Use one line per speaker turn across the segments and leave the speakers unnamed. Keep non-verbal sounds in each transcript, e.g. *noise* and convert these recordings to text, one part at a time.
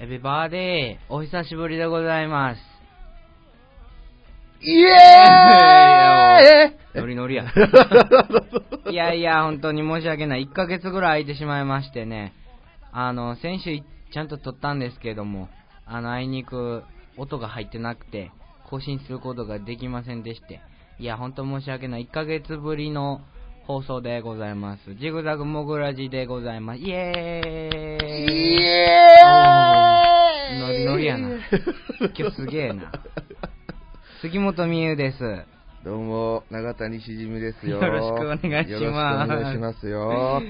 エビバーデー、お久しぶりでございます。
イ
エ
エ
ーイ
ーイ
ノリノリ
*laughs*
やいやいや、本当に申し訳ない。1ヶ月ぐらい空いてしまいましてね。あの、先週ちゃんと撮ったんですけども、あの、あいにく音が入ってなくて、更新することができませんでして。いや、本当申し訳ない。1ヶ月ぶりの放送でございます。ジグザグモグラジでございます。イエーイ
イ
お
エ
ー
ーイ
ノリノリやな。
*laughs*
今日すげえな。杉本美優です。
*laughs* どうも、永谷しじみですよ。
よろしくお願いします
よろしくお願いしますよ。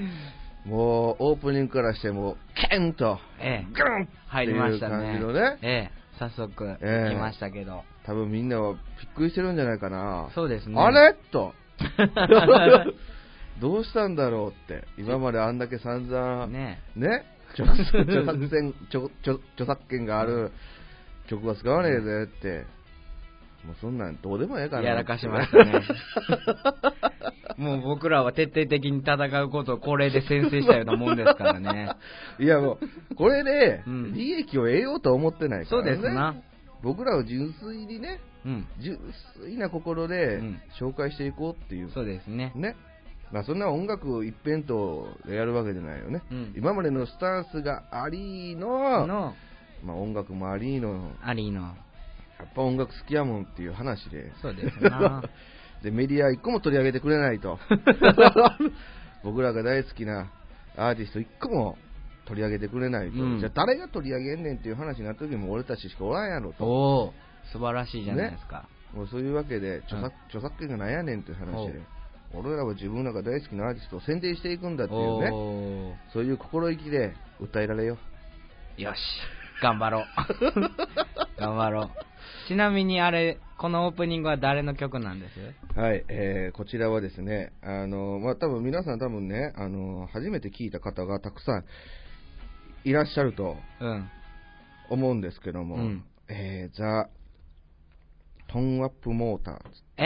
もう、オープニングからしても、ケンと、
ええ
グン
入りました
っていう感
ね。
じのね
ええ、早速、
え
来
え
ましたけ
*laughs*
ど。
多分みんなはびっくりしてるんじゃないかな。
そうですね。
あれ
*laughs*
と。
れ
どうしたんだろうって。今まであんだけ散々、
ね
ね著著作権著著著作権がある曲は使わねえぜって、もうそんなんどうでもええから
やらかしました
*laughs*
ね。もう僕らは徹底的に戦うことをこれで先制したようなもんですから
*laughs*
ね。
いやもう、これで
うん
利益を得ようとは思ってないか
そう
ら、ね
ですな。
僕らを純粋にね、
うん。
純粋な心で
うん
紹介していこうっていう、
そうですね。
ね、まあ、そんな音楽一辺倒でやるわけじゃないよね、
うん
今までのスタンスがありの、
の、
まあ、音楽もありの、
アリーの。
やっぱ音楽好きやもんっていう話で、
そうですな。
*laughs* でメディア一個も取り上げてくれな
*laughs*
いと、僕らが大好きなアーティスト一個も取り上げてくれないと、
うん
じゃあ誰が取り上げんねんっていう話になった時も俺たちしかおらんやろと、
おお素晴らしいじゃないですか。
もうそういうわけで著作,、
うん
著作権がなんやねんっていう
お
話で
う、
俺らは自分らが大好きなアーティストを宣伝していくんだっていうね、
お
そういう心意気で歌えられよ。
ーよし。頑張ろ
*laughs*
う。頑張ろう。ちなみにあれ、このオープニングは誰の曲なんです
はい、えーこちらはですね、あのまあ、多分皆さん、多分ね、あの初めて聞いた方がたくさんいらっしゃると
うん。
思うんですけども、
うん
えー、ザ・トンアップモーターズって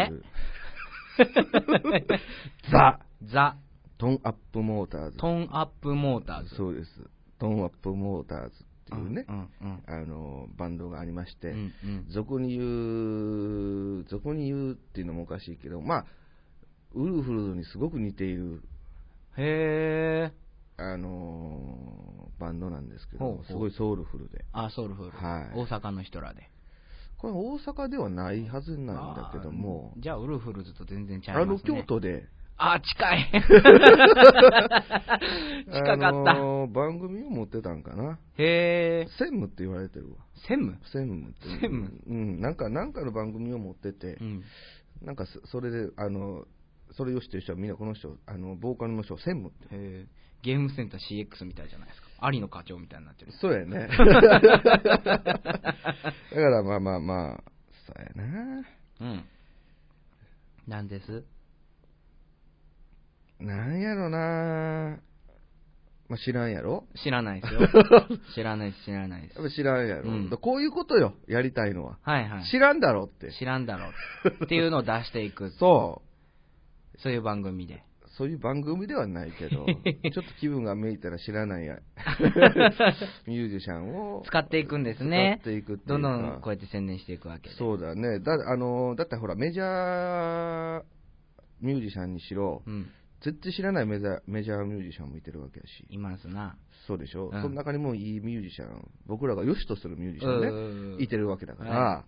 いう *laughs* ザ・
ザ・
トンアップモーターズ
トンアップモーターズ。
そうですトンアップモーターズっていうね、
うんうん
あのバンドがありまして、
うんうん
俗に言う俗に言うっていうのもおかしいけどまあウルフルズにすごく似ている
へえ。
あのバンドなんですけど
ほうほう
すごいソウルフルで
あ、ソウルフル。
はい
大阪の人らで。
これ大阪ではないはずなんだけども
あーじゃあ、ウルフルズと全然違います、ね。
あの京。都で
あ、近
*laughs*
い。近かった。
あのー番組を持ってたんかな。
へえ。
専務って言われてるわ。
専務
専務って。
専務
うん、なんか、なんかの番組を持ってて、
うん。
なんかそ、それで、あのー、それを知ってる人はみんなこの人、あの、ボーカルの人を専務って。
へえ。ゲームセンター CX みたいじゃないですか。有野課長みたいになってる。
そうやね。 *laughs* だからまあまあまあ、そうやな。
うん。なんです
なんやろな。まあ知らんやろ
知らないです
*laughs*
よ。知らないです、知らないです
やっ。ぱ知らんやろ、
うん
だこういうことよ、やりたいのは。
はいはい。
知らんだろって。、
知らんだろうっていうのを出していく
*laughs* そう。
そういう番組で。
そういう番組ではない
*laughs*
けど、ちょっと気分がめいたら知らないやミュージシャンを
使っていくんですね。
使っていくっていう
ど
か
んどんこうやって宣伝していくわけで。
そうだねだあの、だってほら、メジャーミュージシャンにしろ、
うん。
絶対知らないメジャーメジャーミュージシャンもいてるわけやし、
いますな。
そうでしょ、
うん
その中にもいいミュージシャン、僕らが良しとするミュージシャンね、いて
る。
るわけだから。
は
やっ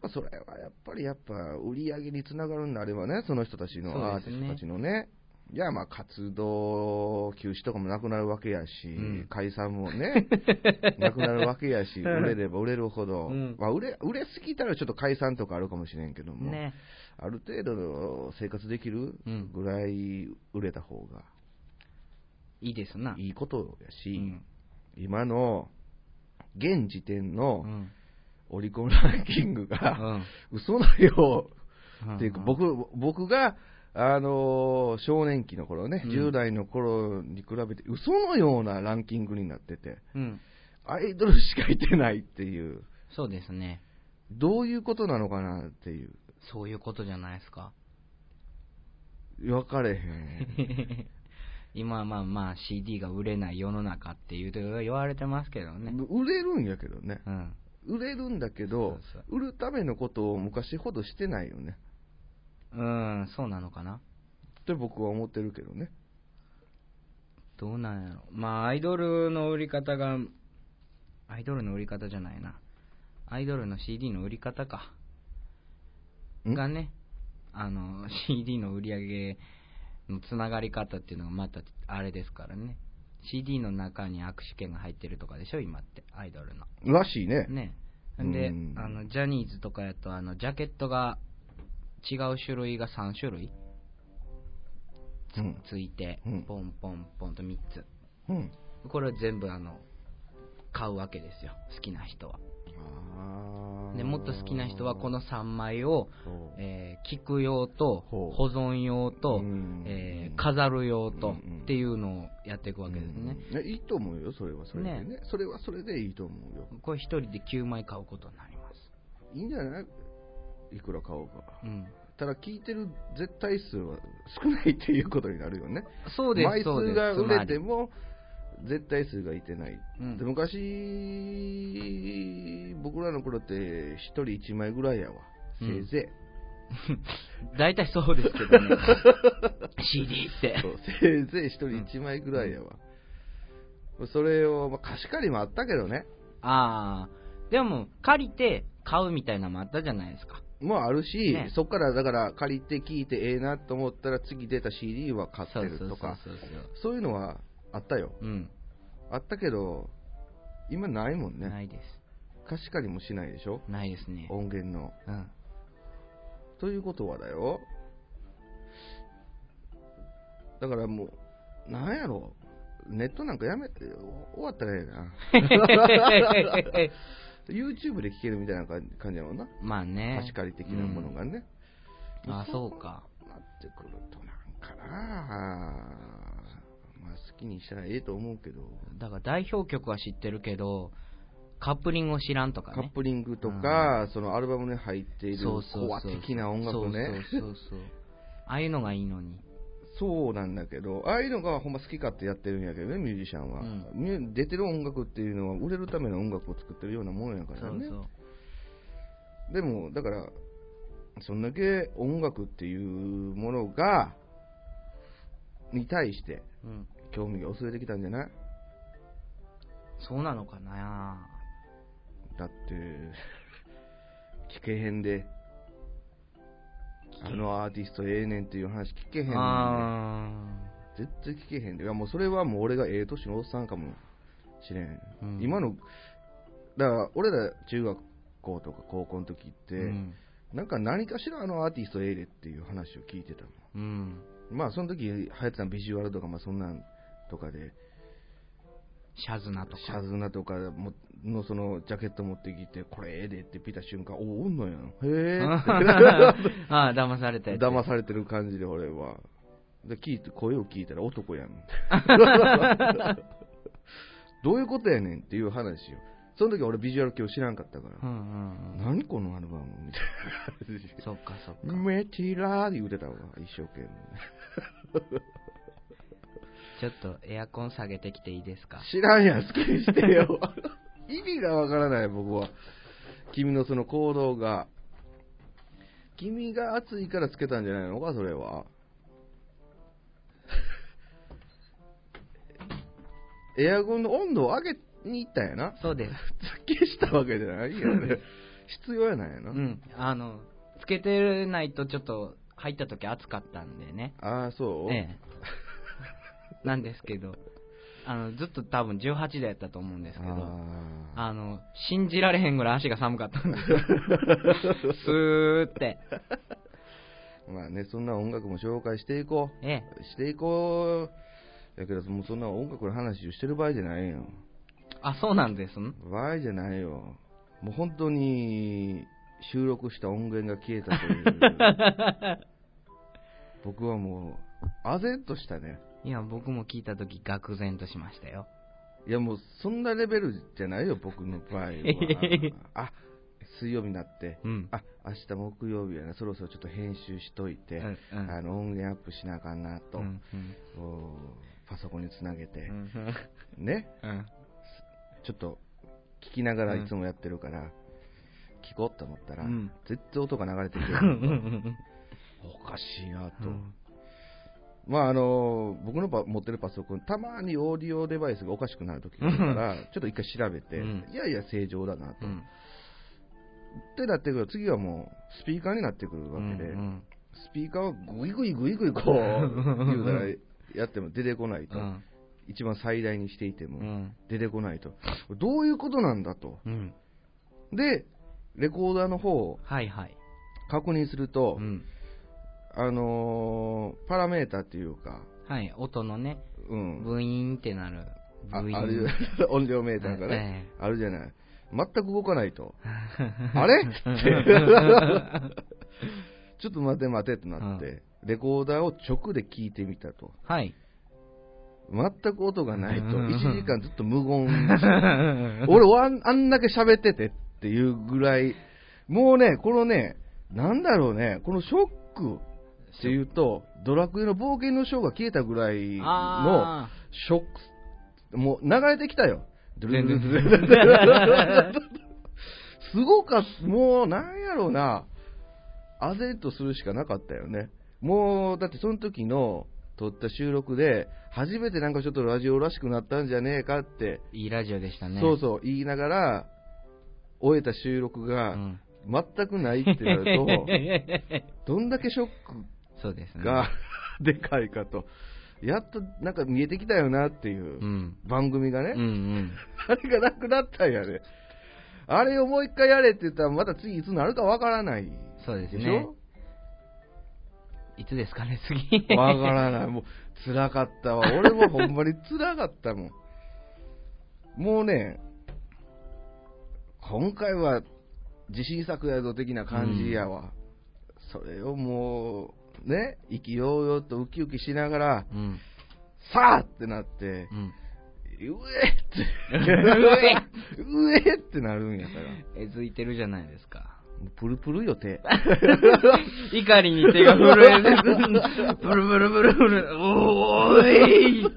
ぱそれはやっぱり、やっぱ売り上げにつながるんであればね、その人たち
そう
のアー
で
テ
す
ィ
ね
ストたちのね、いや、まあ活動休止とかもなくなるわけやし、
ん
解散
*laughs*
もね、なくなるわけやし、売れれば売れるほど、
うん
まあ、売れ売れすぎたらちょっと解散とかあるかもしれんけども、
ね。
ある程度の生活できる
うん
ぐらい売れた方が
いいですな。
いいことやし、
うん
今の現時点
う
の
ん。
オリコンランキングが、
うん
嘘だよ
うん
*laughs* っていうか、僕僕が、あのー少年期の頃ね、
うん
10代の頃に比べて、嘘のようなランキングになってて、
うん。
アイドルしかいてないっていう、
そうですね。
どういうことなのかなっていう、
そういうことじゃないですか。 *laughs*
分かれへん。
今はまあまあ CD が売れない世の中っていうと言われてますけどね。
売れるんやけどね、
うん。
売れるんだけど
そう
売るためのことを昔ほどしてないよね
うん、そうなのかな。
って僕は思ってるけどね
どうなんやろ。まあアイドルの売り方が、アイドルの売り方じゃないな。アイドルの CD の売り方か。
ん
がね、あの、CD *laughs* の売り上げのつながり方っていうのがまたあれですからね。CD の中に握手券が入ってるとかでしょ、今って、アイドルの。
らしいね
ね。で、
うん
あの、ジャニーズとかやと、あの、ジャケットが、違う種類が3種類つ,、
うん
いて、
うん
ポンポンポンと3つ。
うん
これを全部、あの、買うわけですよ、好きな人は。
あー
で、もっと好きな人は、この3枚を、
そう
えー聞く用と
ほう
保存用と
うん、
えー飾る用と
うんうん
っていうのをやっていくわけですね、
うんいいと思うよそれはそれでね
ね
それはそれでいいと思うよ
これ1人で9枚買うことになります、
いいんじゃないいくら買おうか
うん、
ただ聞いてる絶対数は少ないっていうことになるよね
そうです
枚
そうで
数
す
が売れ
つ
て
ま
も絶対数がいてない、
うん
で昔僕らの頃って1人1枚ぐらいやわ
う
せ
ん
いぜ
り *laughs* 大体そうですけど
*laughs*
ね CD って
い、そうせいぜい1人1枚ぐらいやわ、それを、まあ、貸し借りもあったけどね
ああでも借りて買うみたいなのもあったじゃないですか
もうあるし、
ね
そこからだから借りて聞いてええなと思ったら次出た CD は買って
そう
る
そうそ
と
うそう
かそういうのはあったよ
うん、
あったけど今ないもん
な
ね
いです
貸し借りもしないでしょ
ないですね
*laughs* 音源の
うん
ということはだよだからもうなんやろネットなんかやめて終わったらええな
*laughs*
YouTube で聴けるみたいな感じ感じやもんな
まあね
貸し借り的なものがね、
うんあそうか
なってくるとなんかなまあ好きにしたらええと思うけど、
だから代表曲は知ってるけど、カップリングを知らんとか
カッ
ね。
プリングとか、そのアルバムに入っている
そうそうそう
コア的な音楽ね
そうそうそうそう。ああいうのがいいのに。
そうなんだけど、ああいうのがほんま好き勝手やってるんやけどね、ミュージシャンは。
うん
ミュ出てる音楽っていうのは、売れるための音楽を作ってるようなもんやか
そ
ら
う
ね。
そう。
でも、だから、そんだけ音楽っていうものが、に対して
うん。
興味が薄れてきたんじゃない
そうなのかな
だって、聞けへんで、あのアーティストええねんっていう話聞けへんねんで
あ
絶対聞けへんで、いやもうそれはもう俺がええ年のおっさんかもしれん、
うん
今の、だから俺ら中学校とか高校の時って、
ーうん。
なんか何かしらあのアーティストええでっていう話を聞いてたの、
うん。
まあその時流行ってたビジュアルとか、まあそんなんとかで、
シャズナとか。
シャズナとかものそのジャケット持ってきて、これええでって見た瞬間、おお、おんのやん、へえ
*laughs* ああ、騙され
*laughs*
たやつ。
騙されてる感じで俺は。で聞いて声を聞いたら男 *laughs* やんどういうことやねんっていう話よその時俺ビジュアル今日知らんかったから、
うんうんうん。
何このアルバムみたいな感じ *laughs* で
そっかそっか。
メティラーで言うてたわ一生懸命
ちょっとエアコン下げてきていいですか
知らんやん好きにしてよ *laughs* 意味がわからない僕は君のその行動が君が暑いからつけたんじゃないのかそれは *laughs* エアコンの温度を上げに行ったんやな
そうです。
消したわけじゃないよね必要やないや
う
な、
ん。あの、つけてないとちょっと入った時暑かったんでね。
ああそう、
ええ、なんですけど、あのずっと多分18度やったと思うんですけど、あ
あ
の信じられへんぐらい足が寒かったん
*laughs*
ですよ、スーって、
ーまあねそんな音楽も紹介していこう
ええ、
していこうやけどもうそんな音楽の話をしてる場合じゃないよ
あそうなんですん、
場合じゃないよもう本当に収録した音源が消えたという
*laughs*
僕はもうあぜんとしたね
いや、僕も聞いたとき、愕然としましたよ、
いやもうそんなレベルじゃないよ僕の場合
*laughs*
はあ水曜日になって
うん、
あ明日木曜日やなそろそろちょっと編集しといて、
うんうん
あの音源アップしなあかんなと、
うんうん
おーパソコンにつなげて
う、ん
ね、
うん
ちょっと聞きながら
うん
いつもやってるから、聞こうと思ったら、
うん
絶対音が流れてきて、おかしいなと。まああの僕のパ持ってるパソコン、たまにオーディオデバイスがおかしくなるときがあるから、ちょっと一回調べて、
うん
いやいや正常だなと。
う
っ
ん
てなってくると、次はもうスピーカーになってくるわけで、
うん
スピーカーはグイグイグイグイこう、言うたらやっても出てこないと、
うん
一番最大にしていて
う
も、
ん
出てこないと、どういうことなんだと。
うん
で、レコーダーの方を
はいはい
確認すると、
うん
あのーパラメータっていうか、
はい音のね
うん、
ブイーンってなる
ああ
ブイーン
る *laughs* 音量メーターが
はい
ね、あるじゃない。全く動かないと。
え
*laughs*
*laughs*
あれって *laughs* ちょっと待て待てってなって、レコーダーを直で聞いてみたと。
えはい
全く音がないと、
うん
1時間ずっと無言
*laughs* う
俺はあんだけ喋っててっていうぐらい、もうね、このね、なんだろうね、このショックっていうと、ドラクエの冒険のショーが消えたぐらいの
あ
ショック、もう流れてきたよ。ドゥルルルルルルルルルすごかっもうなんやろうな、あぜっとするしかなかったよね。もう、だってその時の撮った収録で、初めてなんかちょっとラジオらしくなったんじゃねえかって、
ーいいラジオでしたね
そうそう、言いながら、終えた収録
う
が
ん
全くないってなる
*laughs*
と、どんだけショッ
そうです
ク
ね
がでかいかと、やっとなんか見えてきたよなっていううん番組がね、
うんうん
あれがなくなったんやね。あれをもう一回やれって言ったら、また次いつなるかわからないで
そうです
し
ね
ょ
いつですかね次
わからない。もう、辛かったわ。俺もほんまに辛かったもん。もうね、今回は自信作やぞ的な感じやわ。それをもう、ね、意気揚々とウキウキしながら、
*laughs* うん
さあってなって、
うん
うえって、うえってなるんやから。
えずいてるじゃないですか
もうプルプル予定。
怒りに手が震える。 *laughs* ブルブルブルブル。おーい。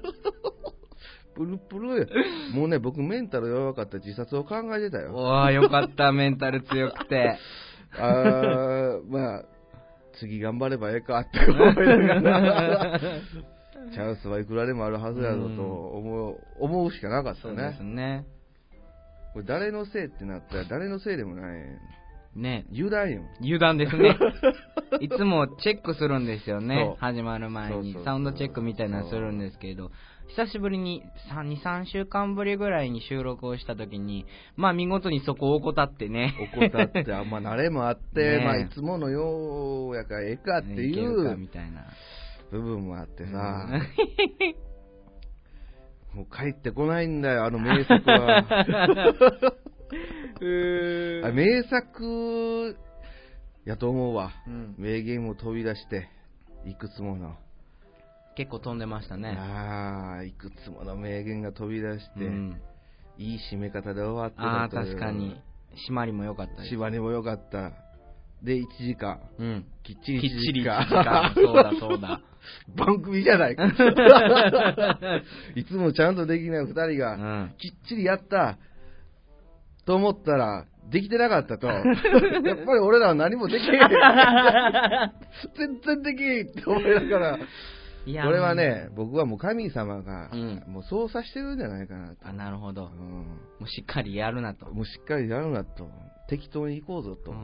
プルプルや。もうね、僕メンタル弱かった自殺を考えてた
*laughs*
よ。
おー、よかった、メンタル強く *laughs* て。
あーまあ、次頑張ればええかって思いながら、チャンスはいくらでもあるはずやぞと思う思うしかなかった
*laughs* そうです
ね。
ね。
これ誰のせいってなったら誰のせいでもない。
ね、
油断よ。
油断です
*laughs*
ね。いつもチェックするんですよ
そ
ね
う、
始まる前
そうそう
に
そう。
サウンドチェックみたいなのするんですけど、久しぶりに、3、2、3週間ぶりぐらいに収録をした時に、まあ見事にそこを怠ってね。
怠って、あんま慣れもあって、
*laughs* ねえ
まあいつものようやからええかってい
けるか
う
みたいな。
部分もあってさ、もう帰ってこないんだよ、あの名作
*laughs*
は。あ名作やと思うわ。
うん
名言を飛び出して、いくつもの。
*laughs* 結構飛んでましたね。
ああ、いくつもの名言が飛び出して、
うん
いい締め方で終わって
ああ、
たという
確かに。。締まりも良かったです。
縛りも良かった。で、1時間。
うん。
きっ
き
ち
っ
り
ち
1時
り1
間。
時間。
*laughs*
そうだ、そうだ。
番組じゃないか。
*laughs*
いつもちゃんとできない2人
う
が、 *laughs*
ん。 *laughs*
きっちりやった。と思ったら、できてなかった
*laughs*
と。やっぱり俺らは何もできへん。 *laughs* 全然できへんって思いながら。
い
これは。ね、僕はもう神様が、
うん
もう操作してるんじゃないかなと。
あ、なるほど。
う
も
ん
うしっかりやるなと。
もうしっかりやるなと、適当に行こうぞと、
う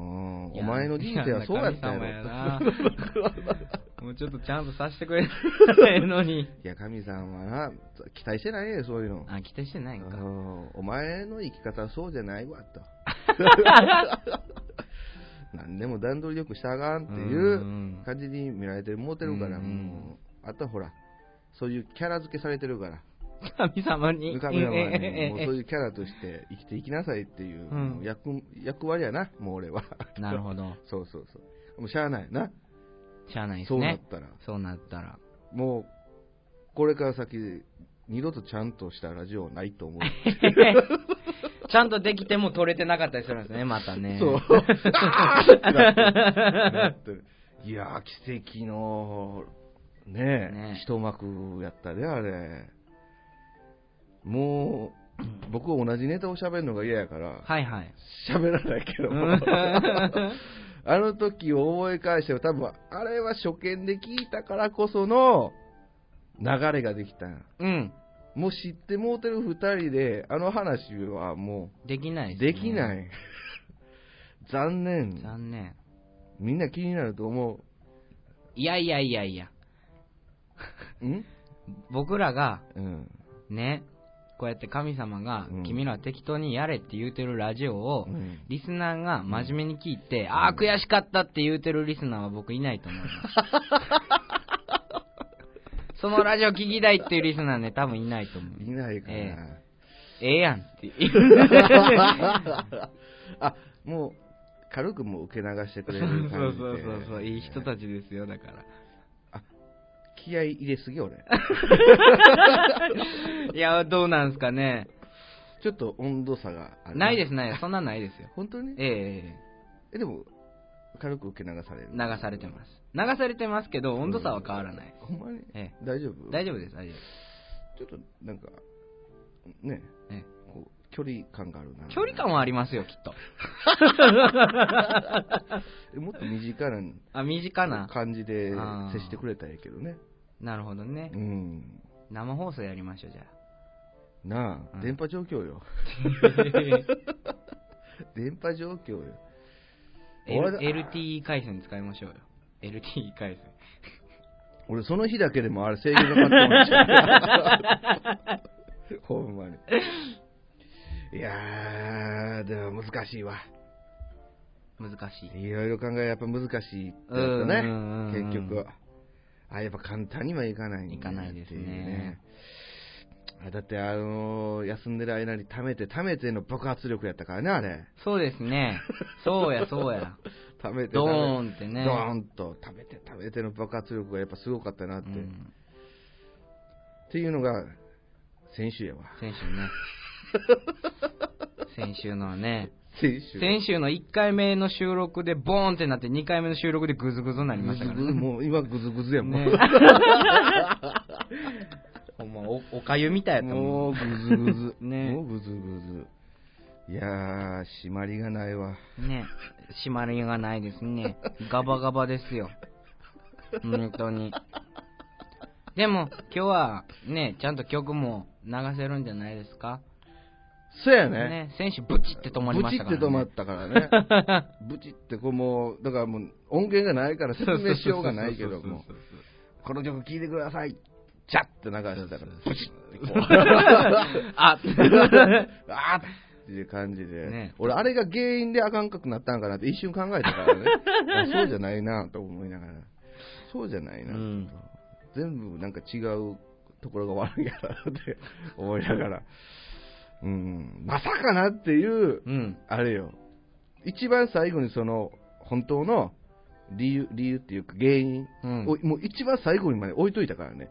ん
うん
い
お
や
前の人生はそうやった
い
やろ
神様やな
と。
もうちょっとちゃんとさせてくれないのに。
*laughs* いや、神様はな、期待してないよ、そういうの。
あ、期待してないん
う
か。
んお前の生き方はそうじゃないわと。何でも段取りよくしたらあかんっていう
うん
感じに見られて思ってるから、
うん
もうあとはほら、そういうキャラ付けされてるから。
*laughs* 神様に。
神様はね、もうそう
う
いうキャラとして生きていきなさいっていう、
うん
もう役役割やな、もう俺は。
なるほど。
*laughs* そうそうそう。もうしゃあないな。
しゃあないです
そうなっ
ね。
たら。
そうなったら。
もう、これから先、二度とちゃんとしたラジオはないと思う。
*laughs* ちゃんとできても取れてなかったりするんですね、またね。
そう。あーってなってなってるいやー、奇跡のねえ、
ね
一幕やったで、あれ。も
*clears throat*
う、僕は同じネタを喋るのが嫌やから、
はいはい。
喋らないけど
う *laughs* ん
あの時を思い返しても多分、あれは初見で聞いたからこその流れができたんや
うん。
もう知ってもうてる二人で、あの話はも
できな
う
い、。
できないい。残念。
残念。
みんな気になると思
いやいやいやいや。
う。ん
僕らが、
うん。
ね、こうやって神様が、
うん
君らは適当にやれって言うてるラジオを、
うん
リスナーが真面目に聞いて、ああ、悔しかったって言うてるリスナーは僕いないと思います。 *laughs* そのラジオ聞きたいっていうリスナーね、多分いないと思う。
いないかな。
えええやんって。
あ、もう、軽くもう受け流して
そ
く
う
れ
そ
る感じで。
うそうそうそう、いい人たちですよ、だから。
気合い入れす
*laughs*
ぎ、俺。
いや、どうなんすかね。
ちょっと温度差がある。。
ないですす、ないです。そんなんないですよ。
本当に
ええええ
え、でも、軽く受け流される。
流されてます。流されてますけど、温度差は変わらない。
ほんまに
え
大丈夫
大
丈
丈夫です、大丈夫です。
夫。ちょっと、なんか、ね、
え
こう、距離感があるな。
え距離感はありますよ、き
*laughs*
っと。
えもっと身近な
あ、身近な。
感じで
あー
接してくれたらいいけどね。
なるほどね
う。ん。
生放送やりましょう、じゃあ。
なあ、
うん
電波状況
*laughs*
よ。電波状況よ。俺だ
L- LTE 回線使いましょうよ。LTE 回線。
俺、その日だけでもあれ制限がかかって
*laughs*
もらっちゃうほんまに。いやー、でも難しいわ。
難しい。
いろいろ考え、やっぱ難しいってやつだ
う
ね。
んうんうん
結局は。あ、やっぱ簡単にはいかないんだ
いかないですね
ってうあだって、あのー休んでる間に溜めて、溜めての爆発力やったからね、あれ。
そうです
*laughs*
ね。そうや、そうや。
溜めて、
ド
ン、
ーンってね。
ドーンと、溜めて、溜めての爆発力がやっぱすごかったなって。
う
っ
ん
ていうのが、先週やわ。
先週
*laughs*
ね。先週のはね。
先週。
先週の1回目の収録でボーンってなって2回目の収録でグズグズになりましたから
ぐずぐず
ね。
もう今グズグズやもん。 *laughs*
ねほんまお、おかゆみたいやった
*laughs* も
も。
うんグズグズ。
ね
*laughs* もうグズグズ。いやー、締まりがないわ。
ね、締まりがないですね。ガバガバですよ。本当に。でも、今日はね、ちゃんと曲も流せるんじゃないですか。
そうやね。
ね、選手ブチって止まりましたから、
ブチって止ま
ね
っ。
*laughs*
たからね。ブチってこうもう、だからもう音源がないから説明しようがないけども、この曲聴いてください。チャッって流したら、ブチってこう。
*laughs* あ
あーっていう感じで、
ね
俺、あれが原因であかんかくなったんかなって一瞬考えたからね、あそうじゃないなと思いながら、そうじゃないな、
うん
全部なんか違うところが悪いやなって *laughs* 思いながら、うん、まさかなっていう、
うん。
あれよ、一番最後にその本当の理由理由っていうか、原因
うん
を、もう一番最後にまで置いといたからね。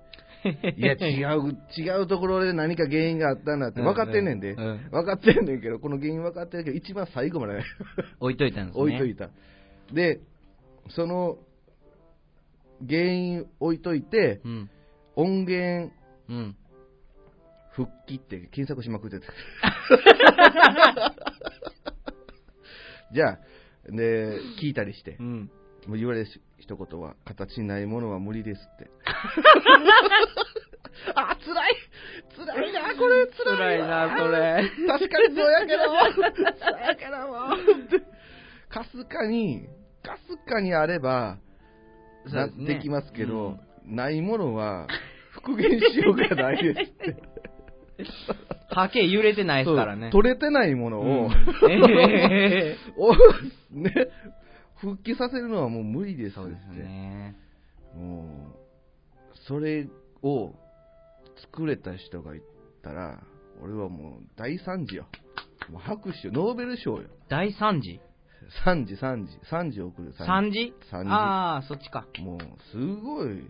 いや、違う、違うところで何か原因があったんだって、分かってんねんで、
うんうんうん
分かってんねんけど、この原因分かってるけど、一番最後まで
置いといたんですね。
置いといた。で、その原因置いといて、
うん。
音源
うん。
復帰って検索しま
*laughs*
くってた。じゃあ、で、聞いたりして
う、ん。
もう言われる一言は、形にないものは無理ですって。あ、辛い辛いな、これ
辛いな、そ
*laughs*
れ。
確かにそうやけども、そうやけども、 *laughs* かすかに、かすかにあれば、な
そうです
で
ね
きますけど、ないものは復元しようがないですって。
波形揺れてないですからね。
そう取れてないもの *laughs* を、
うんええ
をね、復帰させるのはもう無理ですって。
そうですね。
もう、それを作れた人がいたら、俺はもう大惨事よ。もう拍手、ノーベル賞よ。
第3次
3時、3時、3時送る、
?3 時
三時
ああ、そっちか。
時。もう、すごい、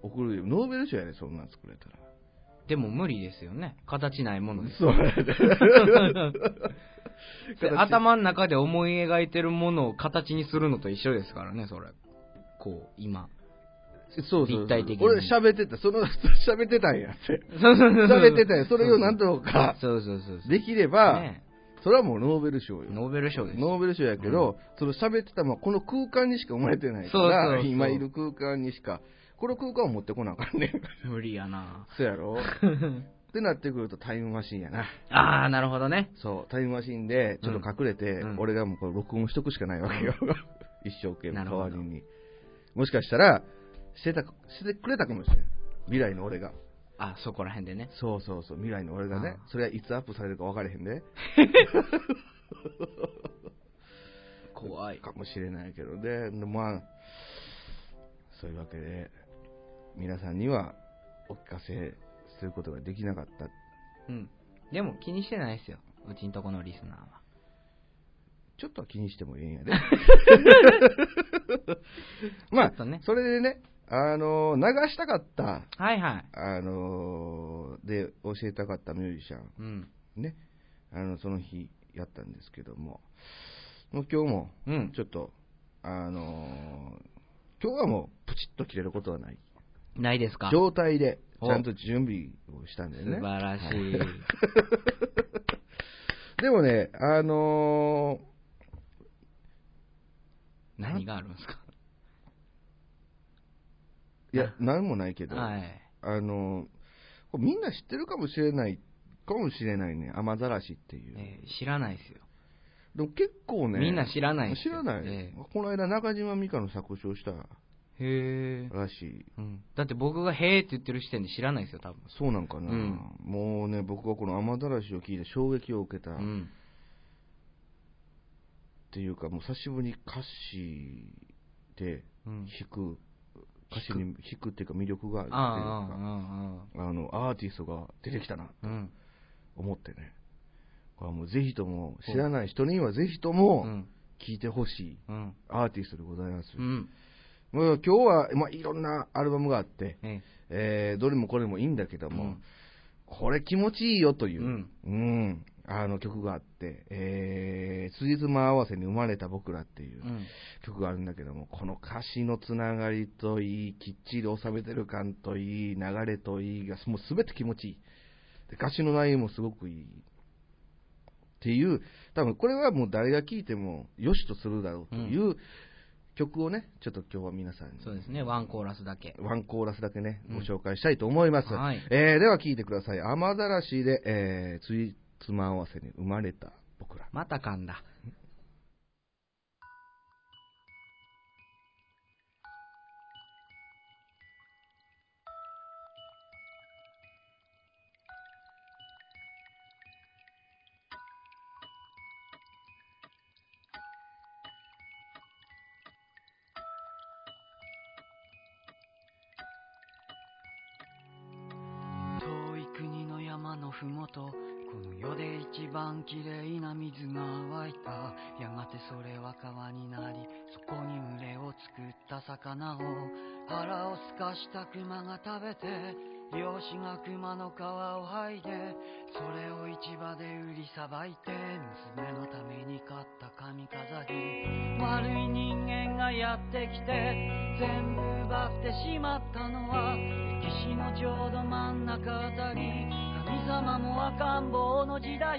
送るよ。ノーベル賞やで、そんなん作れたら。
でも無理ですよね。形ないものです。
そうやで。
で頭の中で思い描いてるものを形にするのと一緒ですからね、それ。こう、今。
*laughs* そうそうそう
立体的に
俺喋ってた、その、 *laughs* 喋ってたんやって。
そうそうそうそう
喋ってたんや。それをなんとか
そうそうそうそう
できれば、
ね
それはもうノーベル賞よ。
ノーベル賞です
ノーベル賞やけど、その喋ってたのはこの空間にしか生まれてないか
そう
ら、
そうそう
今いる空間にしか、この空間を持ってこなあかんねん。
無理やな *laughs*
そうやろってなってくるとタイムマシンやな。
ああなるほどね
そう、タイムマシンでちょっと隠れて、
うん
俺がもうこれ録音しとくしかないわけよ。一生懸
な
命
るほ
代
ど
わりに。もしかしたら、してたか、してくれたかもしれない。未来の俺が。
あそこら辺でね
そうそうそう、未来の俺がね
あ。
それはいつアップされるか分かれへんで。
怖い
かもしれないけどね。でまあ、そういうわけで、皆さんにはお聞かせすることができなかった。
うんでも気にしてないですようちんとこのリスナーは
ちょっとは気にしてもいいん
*laughs*
やで。ま
ちょっと
あ、
ね
それでね、あの流したかった、
はいはい
あので、教えたかったミュージシャン、
うん
ね、あの、その日やったんですけども、もう今日も、
うん
ちょっと、あの今日はもう、プチッと切れることはない。
ないですか
状態で、
お
ちゃんと準備をしたんだ
素
よね。
晴らしい、
*laughs* でもね、あの
何があるんですか
ーいや、なんもないけど、
はい
あのーこれみんな知ってるかもしれない、かもしれないね、雨ざらしっていう。
えー知らないですよ
でも結構ね、
みんな知らないです
知
よ
らない。
ええ
この間、中島美嘉の作詞をした
へえ、
らしい。
うん、だって僕が「へえ」って言ってる時点で知らないですよ多分
そうなんかな、
うん
もうね、僕がこの雨ざらしを聞いて衝撃を受けたっ
うん
ていうか、もう久しぶりに歌詞で
うん
弾く、歌詞に弾くっていうか魅力があるっていうか、
あ
あの、アーティストが出てきたな、
あうんうん
思ってね。これはもうぜひとも、知らない人にはぜひとも
う、ん
聴いてほしい
うん
アーティストでございます。
うん
もう今日は、まあ、いろんなアルバムがあって、
え
えーどれもこれもいいんだけど
え
も、これ気持ちいいよという、
うん
うんあの曲があって、えー、辻褄合わせに生まれた僕らっていう
うんうん
曲があるんだけども、この歌詞のつながりといい、きっちり収めてる感といい、流れといいが、もうすべて気持ちいい。で歌詞の内容もすごくいい。っていう、多分これはもう誰が聴いても良しとするだろうという曲をね、ちょっと今日は皆さんに
そうですねワンコーラスだけ
ワンコーラスだけね、
うん
ご紹介したいと思います。
はい
えーでは聴いてください。雨ざらしで、えー、ついつま合わせに生まれた僕ら。
また噛んだ
遠い国の山のふもとこの世で一番きれいな水が湧いたやがてそれは川になりそこに群れを作った魚を腹をすかした熊が食べて漁師が熊の皮を剥いでそれを市場で売りさばいて娘のために買った髪飾り悪い人間がやってきて全部奪ってしまったのは歴史のちょうど真ん中あたり神様も赤ん坊の時代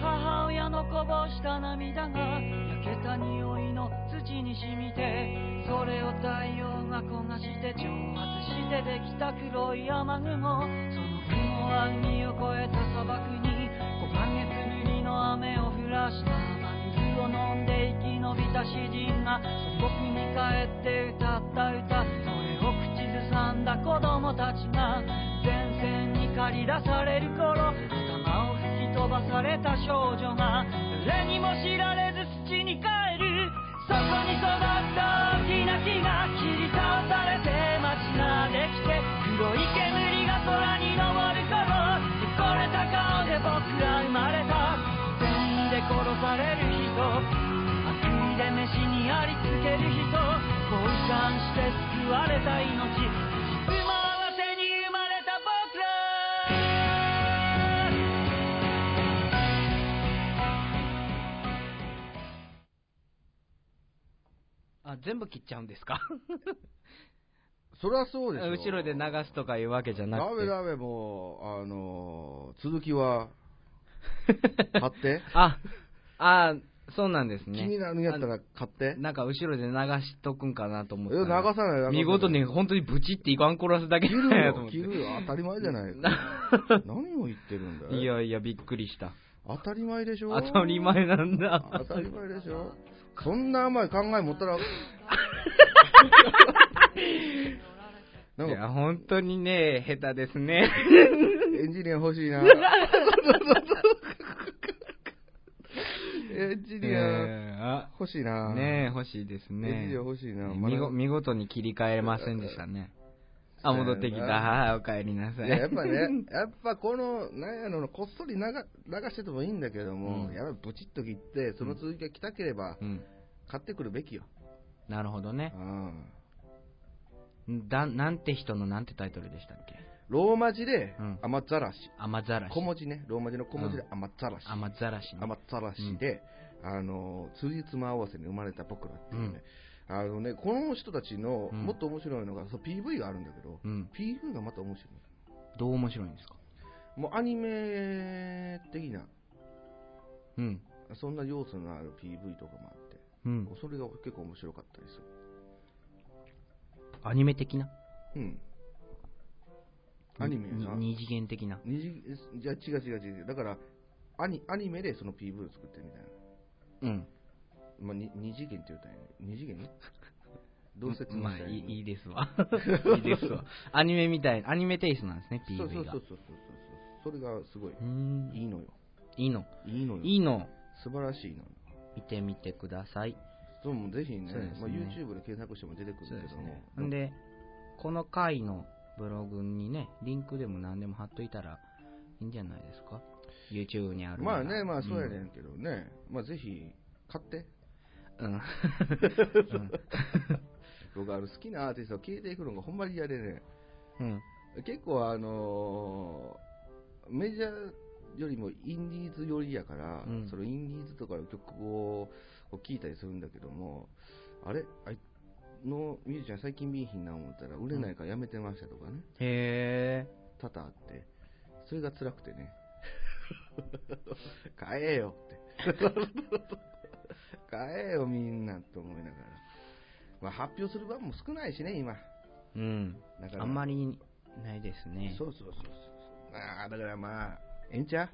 母親のこぼした涙が焼けた匂いの土に染みてそれを太陽が焦がして蒸発してできた黒い雨雲その雲は海を越えた砂漠に5ヶ月ぶりの雨を降らした雨水を飲んで生き延びた詩人が祖国に帰って歌った歌それを口ずさんだ子供たちが前線に駆り出される頃頭を吹き飛ばされた少女が誰にも知られず土に帰るそこに育った大きな木が切り倒されて街ができて黒い煙が空に昇る頃汚れた顔で僕ら生まれた善意で殺される人悪意で飯にありつける人交換して救われた命馬合わせに生まれた僕ら
あ全部切っちゃうんですか
そりゃそうでしょ。
後ろで流すとかいうわけじゃな
ダ
く
メ
て。
ダメ、もう、あのー続きは、買って。
*laughs* あ、あ、そうなんです
気
ね。
になるんやった
あ
ら買って。
なんか後ろで流しとくんかなと思っ
え
て。
流さない、流さない。
見事に本当にブチっていかん殺すだけ
切
なん
る
やと思
よ、
って
切るよ。当たり前じ
*laughs*
ゃないか。何を言ってるんだよ。
いやいや、びっくりした。
当たり前でしょ
当たり前なんだ。
当たり前でしょそんな甘い考え持っ
*laughs*
たらないん
や、
か
本当にね、下手ですね。
エンジニア欲しいなエンジニア
ねえあ
欲しいな
ねえ、欲しいです
エンジ
ね
ニア。欲しいなまだ
見ご見事に切り替えませんでしたね。あ、戻ってきた。
そうやな
はい、お帰りなさい。
いややっぱね、やっぱこの、なんやろ、こっそり流流しててもいいんだけども、
うん
やっぱりブチッと切って、その続きが来たければ
*laughs* う、ん。
買ってくるべきよ。
なるほどね
う。ん
だ、なんて人のなんてタイトルでしたっけ
ローマ字で
うん、
甘ざらし。
雨ざらし。
小文字ね、ローマ字の小文字で甘ざらし。
雨ざらしね。
甘ざらしで、あの、通じつま合わせに生まれた僕らっていうね、あのね、この人たちの、
うん
もっと面白いのが、そう PV があるんだけど、
うん。
PV がまた面白い。
どう面白いんですか
もうアニメ的な、
うん。
そんな要素のある PV とかもあって、
うん。
それが結構面白かったりする。
アニメ的な
うん。アニメやな。
に二次元的な。
二次じゃあ違う違う違う。だから、アニアニメでその PV を作ってるみたいな。
うん。
まあ、に二次元って言うたんやね。二次
*laughs*
元どう説明
ま
し
あ、
たら
い
い
い
いの
いいです *laughs* わ。いいですわ。アニメみたい、アニメテイストなんですね、PV
そう
が。
そうそうそうそうそう。それがすごい。
うー
い
ん。
いのよ。
いいの。
いいのよ。
いいの。
素晴らしいのよ。
見てみてください。
そうもうぜひね、
そうですね
まあ、YouTube で検索しても出てくるけども、
んで、この回のブログにね、リンクでも何でも貼っといたらいいんじゃないですか ?YouTube にあるの
ま
が
あね、まあそうやね
ん
んけどね、まあぜひ買って、
うん。うん
*laughs* 僕あの好きなアーティストを聞いていくのがほんまに嫌でね、
うん。
結構あのーメジャーよりもインディーズ寄りやから、
うん
そのインディーズとかの曲をこう聞いたりするんだけども、あれあいのミュージシャン最近見えひんな思ったら売れないからやめてましたとかね、
へえ。
多々あって、それが辛くてね、 *laughs* 買えよって、 *laughs* 買えよみんなと思いながら、まあ、発表する場も少ないしね、今。
うん。
だから
あんまりないですね。
そうそうそうそう。ああ、だからまあ、ええん
*laughs*
ちゃう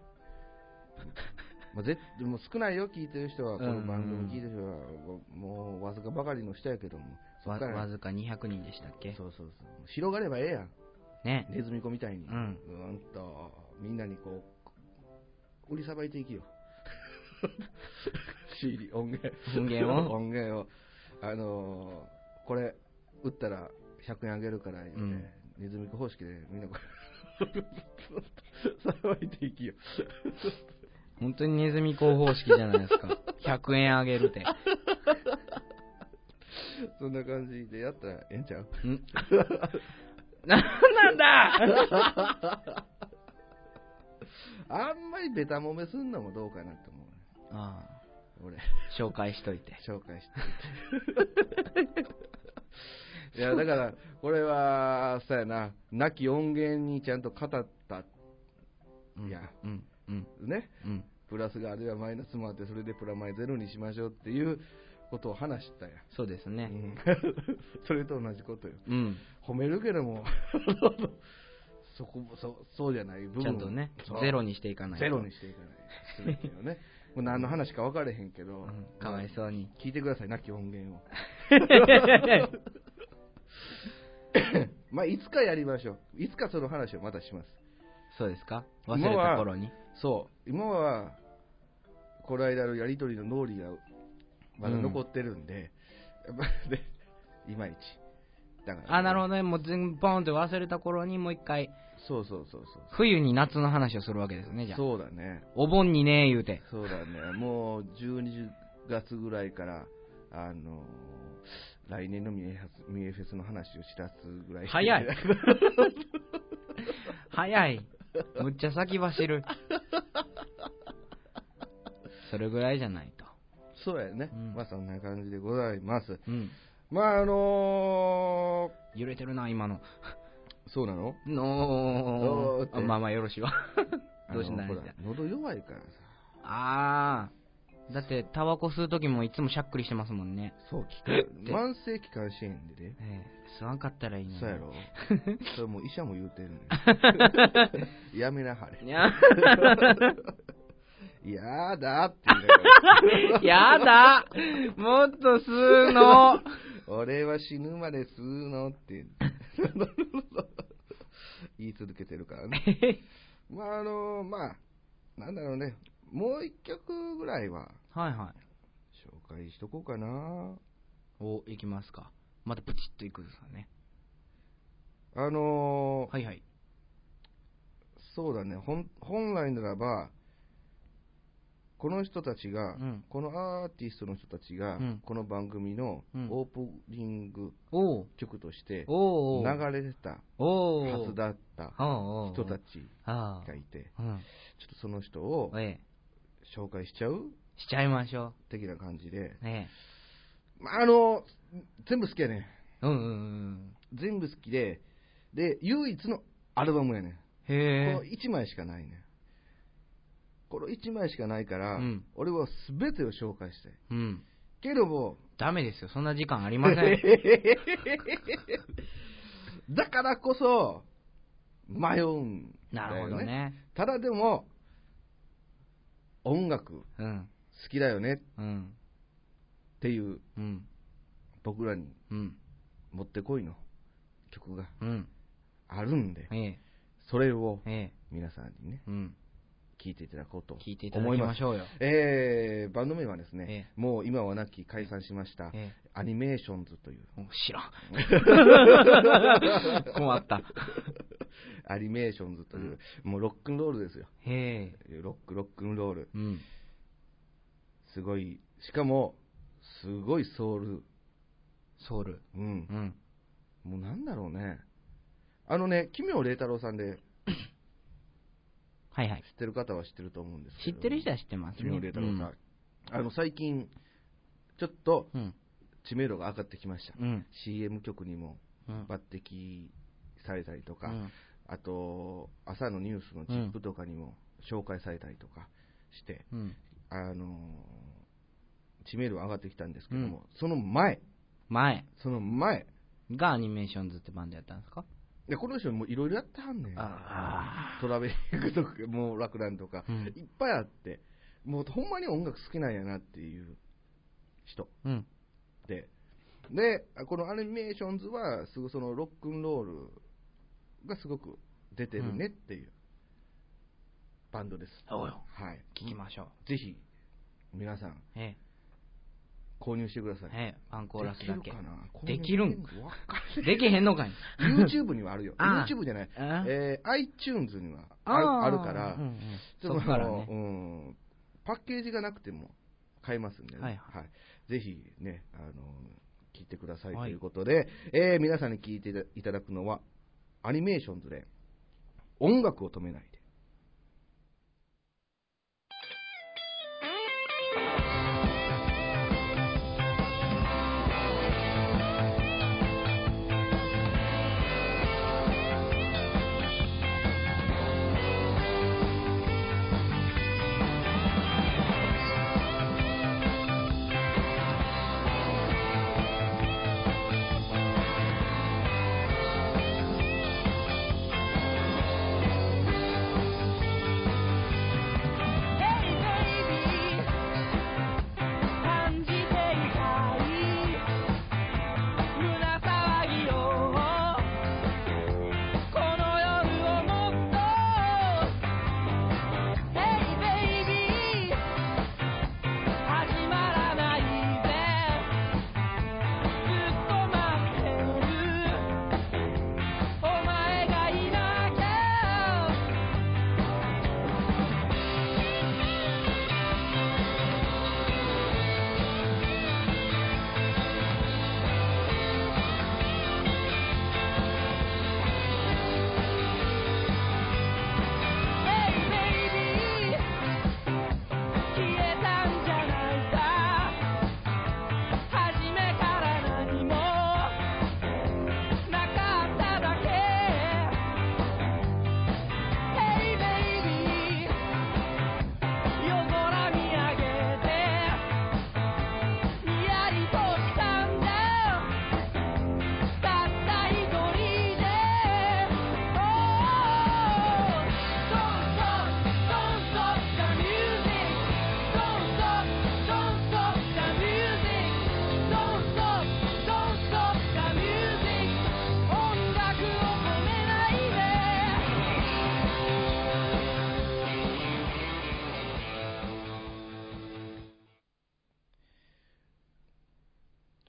まあ、ぜでも少ないよ、聞いてる人は、この番
うんうん
組聞いてる人は、もうわずかばかりの人やけども、そ
わ
っから
わずか200人でしたっけ
そうそうそう広がればええやん、
ね。
ネズミ子みたいに、
うん
ーんと、みんなにこう、売りさばいてい
*laughs*
きよ、CD、音源、
音源を
*laughs* 音源を、あのーこれ、売ったら100円あげるから言うて、
うん
ネズミ子方式で、みんなこれ、 *laughs* さばいていきよ。
本当にネズミ広報式じゃないです
*laughs*
か。100円あげるって。
そんな感じでやったらええんちゃうん *laughs*
なんなんだ
あんまりベタ揉めすんのもどうかなと思うね。
あ
俺、
あ、紹介しといて。
紹介
*laughs*
して。いや、だから、これは、そうやな、亡き音源にちゃんと語った、
うん
いや、
うん、うん、
ね。
うん。
プラスがあるいはマイナスもあって、それでプラマイゼロにしましょうっていうことを話したやん。
そうです
う
ね。
ん *laughs* それと同じことよ。
うん。
褒めるけども、 *laughs* そこもそそうじゃない部分
ちゃんとね
そ、う
ゼロにしていかないと。
ゼロにしていかない。すべてをね。もう何の話か分かれへんけど、
うんかわいそう
*laughs*
に。
聞いてください、なき音源を。 *laughs* まあ、いつかやりましょう。いつかその話をまたします。
そうですか忘れた頃に。
そう。今は、この間のやりとりの脳裏がまだ残ってるんで、 *laughs* やっぱねいまいち。だから、
あ、なるほどね。もう全部ポンって忘れた頃にもう一回、
そうそうそうそう。
冬に夏の話をするわけですね、じゃあ。
そうだね。
お盆にね、言うて。
そうだね。もう12月ぐらいから、あのー来年のミエハスミエフェスの話をしらすぐらい。
早
*laughs*
い早い。むっちゃ先走る。それぐらいじゃないと。
そうやね。
うん
まあそんな感じでございます。
うん。
まああの
揺れてるな、今の。
ー、そうなの
の
おーって
ー、まあまあよろしいわ。どうし
あ
た
の
らいい
ほ
ん
ら
だ
喉弱いからさ。
あー、だって、タバコ吸う時もいつもしゃっくりしてますもんね。
そう、
*laughs* っ
聞
て
く。慢性気管支炎でね。
ええ吸わんかったらいいのに
そうやろそれもう医者も言うてるね
*laughs*
やめなはれ。
いや、
い *laughs* やだって言いながら
*laughs* やだもっと吸うの *laughs*
俺は死ぬまで吸うのって。 *laughs* 言い続けてるからね。まああのまあ、なんだろうね。もう一曲ぐらいは
はいはい。
紹介しとこうかな。
お、いきますか。またプチッといくんですかね。
あの
はいはい。
そうだね、本本来ならば、この人たちが、
うん
このアーティストの人たちが、
うん
この番組の
うん
オープニング
おう
曲として
おうおう
流れてた
おう
はずだった
おうおう
人た
ち
ち
あ
がいて、
あ、うん、
ちょっとその人を
ええ
紹介しちゃう
しちゃいましょ
的な感じで、
うえ
まあ、あの全部好きやね
えうんうんうん
全部好きで、で唯一のアルバムやねこ
へ
の
え
1枚しかないねこの1枚しかないから、
うん
俺は全てを紹介したい
うん
けども、
ダメですよそんな時間ありませ
*laughs*
ん
だからこそ、迷うんだ
なる
よ、
ほ
ね。
どね
ただでも、音楽
う
好
ん
きだよねっ
うん
ていう、
うん
僕らに
うん
もってこいの曲が
うん
あるんで、
ええ
それを
ええ
皆さんにね、
うん
聴いていただこうと思います。
聞いていただきましょうよ
えーバンド名はですね、
え
もう今はなき解散しました、
え
アニメーションズ
*laughs*
という、
え知らん *laughs* 困った
アニメーションズという、もうロックンロールですよ。
へえ
ロック、ロックンロール。
うん
すごい、しかも、すごいソウル。
ソウル
うん
う。ん
もうなんだろうね。あのね、奇妙麗太郎さんで
はいはい
知ってる方は知ってると思うんです
知
けど。
ってる人は知ってます
奇
ね
妙麗太郎さん。あの、最近、ちょっと
うん
知名度が上がってきました。
うん
CM 局にも
うん
抜擢されたりと
う
か、
ん
あと、朝のニュースのチップとかにも紹介されたりとかして、
うん
あのー知名度は上がってきたんですけども、その前、
前
その前、
がアニメーションズってバンドやったんですか
でこの人もいろいろやってはんねん。
あ
トラベリングとか、 *laughs* もう楽団とか、
うん
いっぱいあって、もうほんまに音楽好きなんやなっていう人
うん
で、で、このアニメーションズは、すごいそのロックンロールがすごく出てるねっていうバンドです。
そうよ
はい。
聞きましょう
ぜひ、皆さん、
え
購入してください。
えええアンコーラスだけ
できるかな
できるん
購入してのわかんない
できへんのかい *laughs*
YouTube にはあるよ。
ああ
YouTube じゃない。
ああ
えー iTunes には
あ
あ
あ
あるから
うんう、ん
ちょっと
そっからね
あのうん、パッケージがなくても買えますんでね、
はいは
ぜひね、あの、聞いてくださいと
はい
いうことで、えー皆さんに聞いていただくのは、アニメーションズで、音楽を止めないで。
「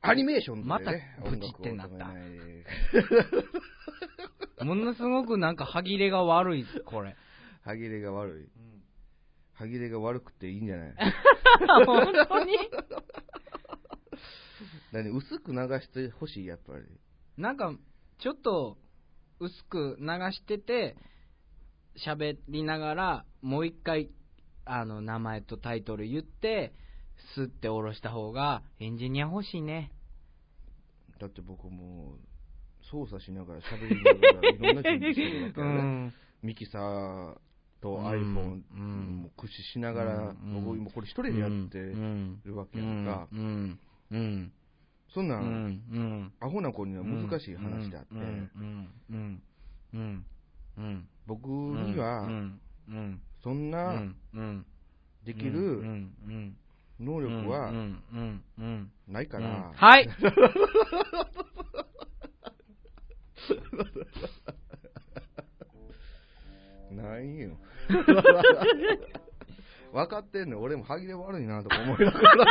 アニメーションで、ね、
またプチってなった
音楽を止めない
ものすごくなんか歯切れが悪い、これ。
歯切れが悪い。歯切れが悪くていいんじゃない
*laughs* 本当に
何薄く流してほしい、やっぱり。
なんか、ちょっと薄く流してて、喋りながら、もう一回、あの、名前とタイトル言って、スって下ろした方が、エンジニア欲しいね。
だって僕もう操作しながら喋りながらいろんな準備してるわ
*laughs*
け
う
よね、
ん。
ミキサーと
うん
iPhone
うん
も駆使しながら、
うん
僕今これ一人でやってるわけやんか、
うん。うん。
そん
う。
なん、
うんん。
アホな子には難しい話であって、
うん。うん。うん。うん。
僕
うん。
に
う
は
ん。うん。
そん
う。
なん
うん。
でき
うん。う
る
ん。
能
うん。
力
う
は
ん。うん。うん。
ないか
う
ら
ん、はい
ないよ *laughs* 分かってんねん俺も歯切れ悪いなとか思いながら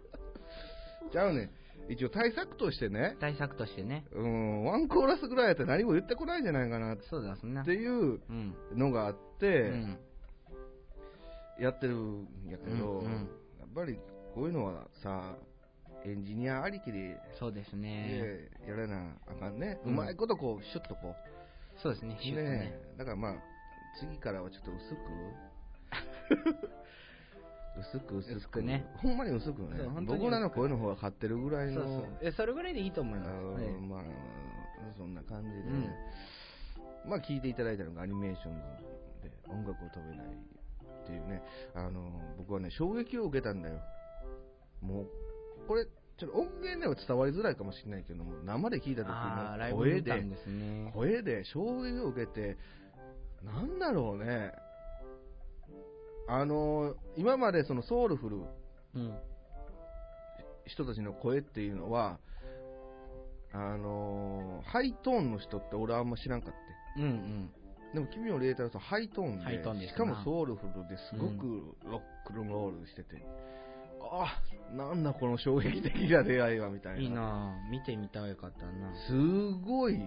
*laughs* ちゃうねん一応対策としてね
対策としてね。
うんワンコーラスぐらいやったら何も言ってこないんじゃないかなっ
そうだ、そんな
て。いう
うん。
のがあっ
う
て、
ん。
やってるんやけど、
うんうん
やっぱりこういうのはさエンジニアありきで、
そうですね。
えやらなあかんね、う
うん
まいことこうシュッとこう
そうですね。シュッとね。
だからまあ次からはちょっと薄く薄く
*laughs* 薄くね
ほんまに薄くね
そう本当に薄く
僕らの声の方が勝ってるぐらい
そう
の
そう。え、それぐらいでいいと思い
あの
ます。え
まあそんな感じで、
うん
まあ聞いていただいたのがアニメーションで音楽を止めないっていうねあの僕はね衝撃を受けたんだよもうこれちょっと音源では伝わりづらいかもしれないけども生で聞いた
え
時
ああ、ライ
の
ブ
声
見た
で
んですね。
声で衝撃を受けて、なんだろうね、あの今までそのソウルフル
うん。
人たちの声っていうのは、あのハイトーンの人って俺はあんま知らんかって。
うんうん。
でも君のレータルさんハイトーンで
ハイトーンですな
しかもソウルフルですごくロックンロールしてて、ああなんだこの衝撃的な出会いはみたいない
いなぁ。見てみたいかったな。
すごいね、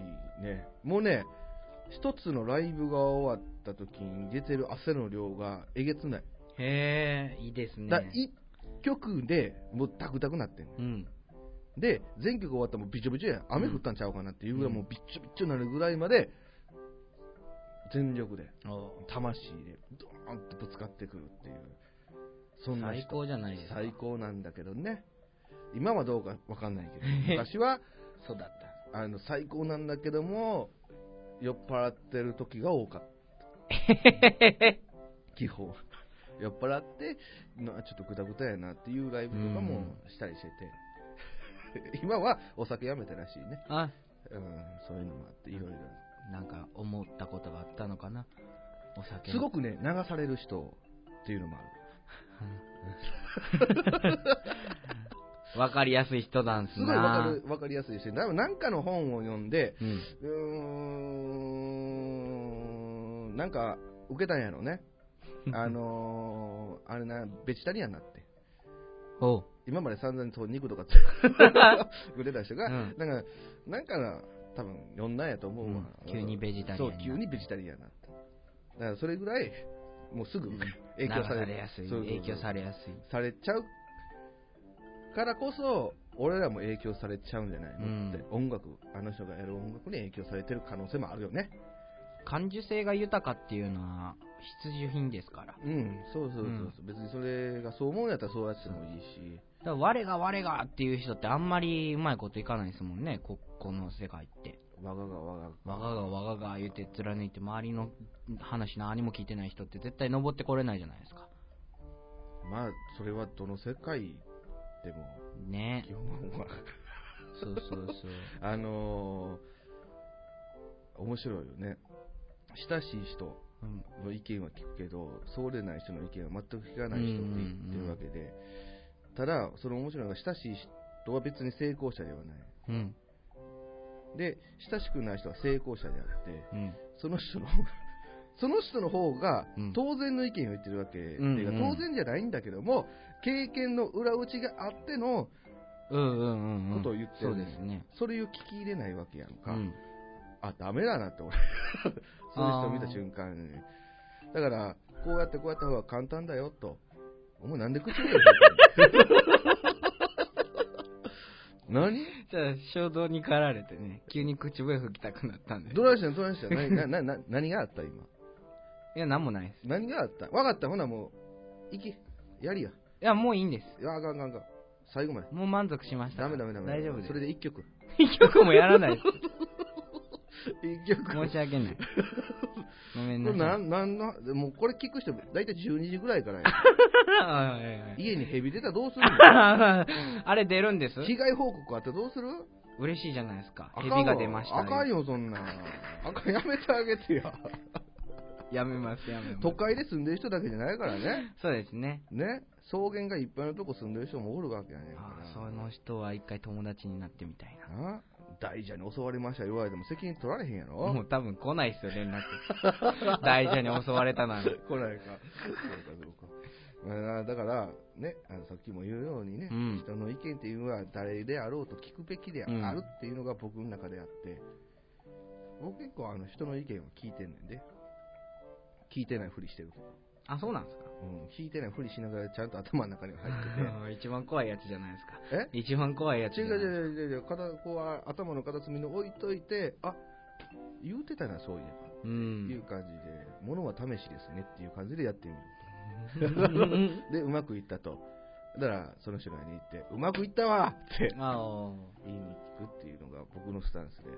もうね、一つのライブが終わった時に出てる汗の量がえげつない、
へえ、いいですね。
だ一曲でもうダクダクなってんの
うん。
で、全曲終わったらもうびちょびちょやん、雨降ったんちゃうかなっていうぐらい、
うん
もうびっちょびっちょになるぐらいまで、全力で、
お
魂で、ドーンとぶつかってくるっていう、そんな人
最高じゃないですか。
最高なんだけどね、今はどうかわかんな
*laughs*
いけど、昔は。
そうだった。
あの最高なんだけども酔っ払ってる時が多かった *laughs* 基本酔っ払ってなちょっとグダグダやなっていうライブとかもしたりして *laughs* て今はお酒やめてらしいね、
あ、
うん、そういうのもあっていろいろ
なんか思ったことがあったのかな。お酒
すご
く。
くね流される人っていうのもある
わかりやすい人なんす
すごい
な
わかるわかりやすいしななんかの本を読んで
うん。
うーんなんか受けたんや
*laughs*
ろねあのー、あれな、ベジタリアンになって、
おう。
今まで散々そう肉とか
*laughs*
売れた人が、
うん
なんか、なんかな、多分呼んだんやと思うわ、
うん急にベジタリアンになった
そう、急にベジタリアンになった。だからそれぐらい、もうすぐ影響され
流やすい。
そうそうそう
影響されやすい。
されちゃうからこそ、俺らも影響されちゃうんじゃないのって、音楽、あの人がやる音楽に影響されてる可能性もあるよね。
感受性が豊かっていうのは必需品ですから。だか
うん、そうそうそうそう、別にそれがそう思うんやったらそうやってもいいし、
ら我が我がっていう人ってあんまりうまいこといかないですもんね、こ、この世界って。
わががわがが。
わががわがが言って貫いて周りの話何も聞いてない人って絶対登ってこれないじゃないですか。
まあ、それはどの世界でも、
ね
基本は、
そうそうそう。
*laughs* あのー、面白いよね。親しい人
うん。
の意見は聞くけど、そうでない人の意見は全く聞かない人って言ってるわけで、ただ、その面白いのが、親しい人は別に成功者ではない。
うん。
で、親しくない人は成功者であって、
うん。
その人の、 *laughs* その人の方が
うん
当然の意見を言ってるわけで、
うんうん
当然じゃないんだけども、経験の裏打ちがあっての
うんうんうんうん
ことを言って
そ
る
う
ね
ですね
それを聞き入れないわけやん
う
か、
ん
あダメだなって俺 *laughs* そういう人を見た瞬間にだからこうやってこうやった方が簡単だよとお前なんで口に入れてんの *laughs* 何
じゃあ衝動に駆られてね急に口笛吹きたくなったんで
どないしたんどないしたん何なな何があった今
いや何もないです
何があった分かったほなもう行きやりや
いやもういいんです
いやあかんあかんあかん最後まで
もう満足しました
ダメダメダメ
大丈夫です
それで1曲
一曲もやら
*laughs*
ないです
1曲
申し訳ないごめん
こ
なさ
れな
い
んなんのもうこれ聞く人大体12時ぐらいからや
はいはいはい
家に蛇出たらどうする
*laughs* あれ出るんです
の被害報告あったらどうする
嬉しいじゃないですか
あかんわ
蛇が出ました
あかんよそんなんあかんやめてあげてや
やめますやめます
都会で住んでる人だけじゃないからね
そうですね
ね草原がいっぱいのとこ住んでる人もおるわけやねん
あ
か
ー
ら
その人は一回友達になってみたいな
な大蛇に襲われました言われても責任取られへんや
*laughs*
ろ
もう多分来ないですよ連絡
*laughs*
大蛇に襲われたなら
来ないか。そうか、そうか。まあだから、ね、あのさっきも言うようにね、
うん
人の意見っていうのは誰であろうと聞くべきであるっていうのが僕の中であって、僕結構あの人の意見を聞いてんねんで、聞いてないふりしてる。
あそうなんですか
うん、聞いてないふりしながらちゃんと頭の中には入っ
あー一番怖いやつじゃないですか
*laughs* てて、え
一番怖いやつじ
違う
ゃないですか
違う違う違う、片こうは頭の片隅に置いといて、あ言うてたな、そういえば。
う
いうん感じで、ものは試しですねっていう感じでやってみる。 *laughs* で、うまくいったと。だから、その人らに言って、うまくいったわって
あー
言いに聞くっていうのが僕のスタンスで。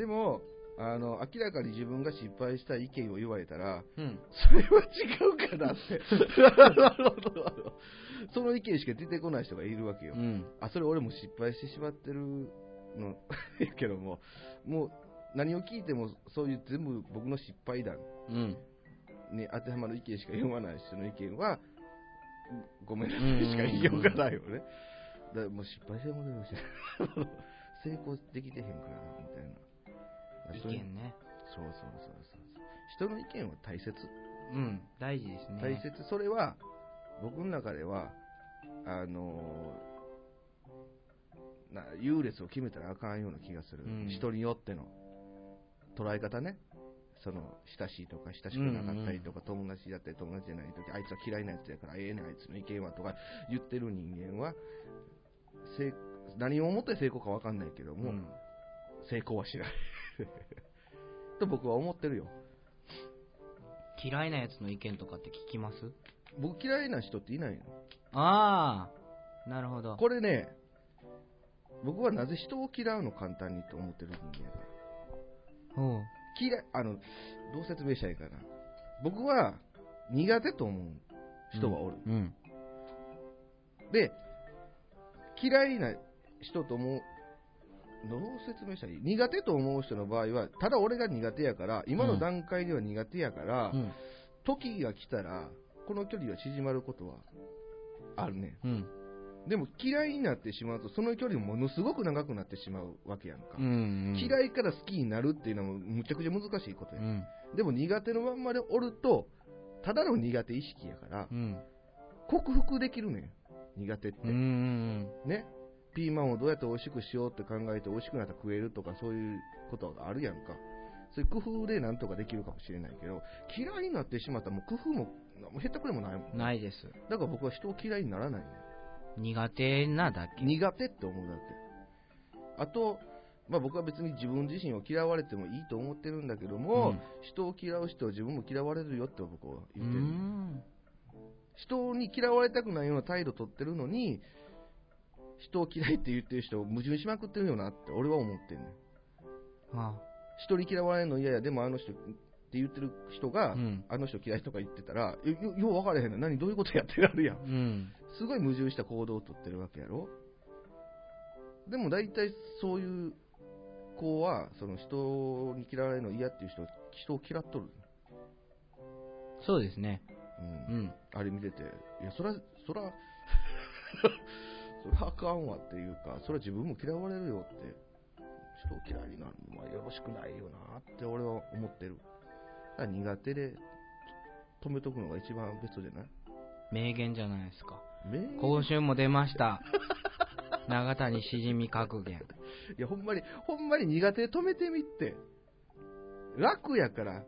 でも、あの、明らかに自分が失敗した意見を言われたら、
うん
それは違うか
*laughs*
なって。その意見しか出てこない人がいるわけよ
う。ん
あ、それ俺も失敗してしまってるの、 *laughs* やけども、もう何を聞いてもそういう全部僕の失敗談
うん
に当てはまる意見しか読まない人の意見は、ごめんな
う
さ
ん
いしか言いようがないよね。だからもう失敗してもらうし、成功できてへんからな、みたいな。
意
そういう
見ね
そうそうそうそうそう。人の意見は大切。
うん大事ですね
大切。それは、僕の中では、あのーな優劣を決めたらあかんような気がする、
うん
人によっての捉え方ね、その親しいとか親しくなかったりとか、友達だったり友達じゃないとき、あいつは嫌いなやつやから、ええねんあいつの意見はとか言ってる人間は、成何をもって成功かわかんないけど
う
も、
ん
成功はしない *laughs* と僕は思ってるよ。
嫌いなやつの意見とかって聞きます
僕嫌いな人っていないの
ああなるほど
これね、僕はなぜ人を嫌うの簡単にと思ってるんだから。
ほう
嫌い、あの、どう説明したらいいかな。僕は苦手と思う人はおる。
うん
で、嫌いな人と思う、どう説明したらいい苦手と思う人の場合は、ただ俺が苦手やから、今の段階では苦手やから、
うん
時が来たら、この距離は縮まることはあるねん。
うん
でも嫌いになってしまうと、その距離もものすごく長くなってしまうわけやんか。
うん
嫌
い
いから好きになるっていうのもむちゃくちゃ難しいこ
う
とや、
ん
でも苦手のまんまでおるとただの苦手意識やから
うん
克服できるねん苦手って、
うんうん
ねピーマンをどうやって美味しくしようって考えて美味しくなったら食えるとかそういうことがあるやんかそういう工夫でなんとかできるかもしれないけど嫌いになってしまったらもう工夫ももうへったくれもないもん
ないです
だから僕は人を嫌いにならないねん
苦手なだけ
苦手って思うだけあと、まあ、僕は別に自分自身を嫌われてもいいと思ってるんだけども、
うん
人を嫌う人は自分も嫌われるよって僕は
う
言ってる、
ん
人に嫌われたくないような態度取ってるのに人を嫌いって言ってる人を矛盾しまくってるよなって俺は思ってんねん
あ
人に嫌われるの嫌やでもあの人って言ってる人が、
うん
あの人嫌いとか言ってたらよよよう分からへんの何どういうことやってなるやん
うん
すごい矛盾した行動をとってるわけやろでも大体そういう子はその人に嫌われるの嫌っていう人は人を嫌っとる、
そうですね
うん
うん
あれ見てていやそらそら *laughs* そらあかんわっていうかそら自分も嫌われるよって人を嫌いになるのはよろしくないよなって俺は思ってるだから苦手で止めとくのが一番ベストじゃない
名言じゃないですか。
名言
今週も出ま
*laughs*
した。長谷しじみ格言。
いや、ほんまに、ほんまに苦手止めてみって。楽やから、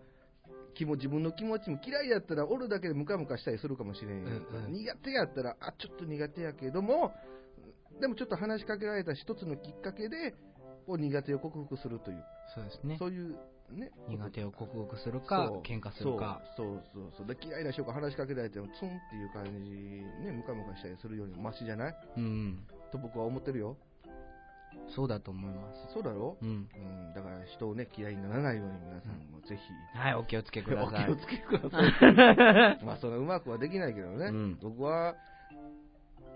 気も自分の気持ちも嫌いやったら、おるだけでムカムカしたりするかもしれんやんか
うんうん
苦手やったら、あ、ちょっと苦手やけども、でもちょっと話しかけられた一つのきっかけで、こう苦手を克服するという、
そうですね
そ。ういうね。
苦手を克服する
そう
か、喧嘩するか。
そうそうそうそうで嫌いな人が話しかけられてもツンっていう感じねムカムカしたりするよりもマシじゃない
うん。
と僕は思ってるよ
そうだと思います。
そうだろ
うん。
うん、だから人をね、嫌いにならないように皆さんもぜひ、
はい、お気をつけくだ
*laughs* お
さ
気を
い。
つけください。まあ、そのうまくはできないけどね、
うん
僕は、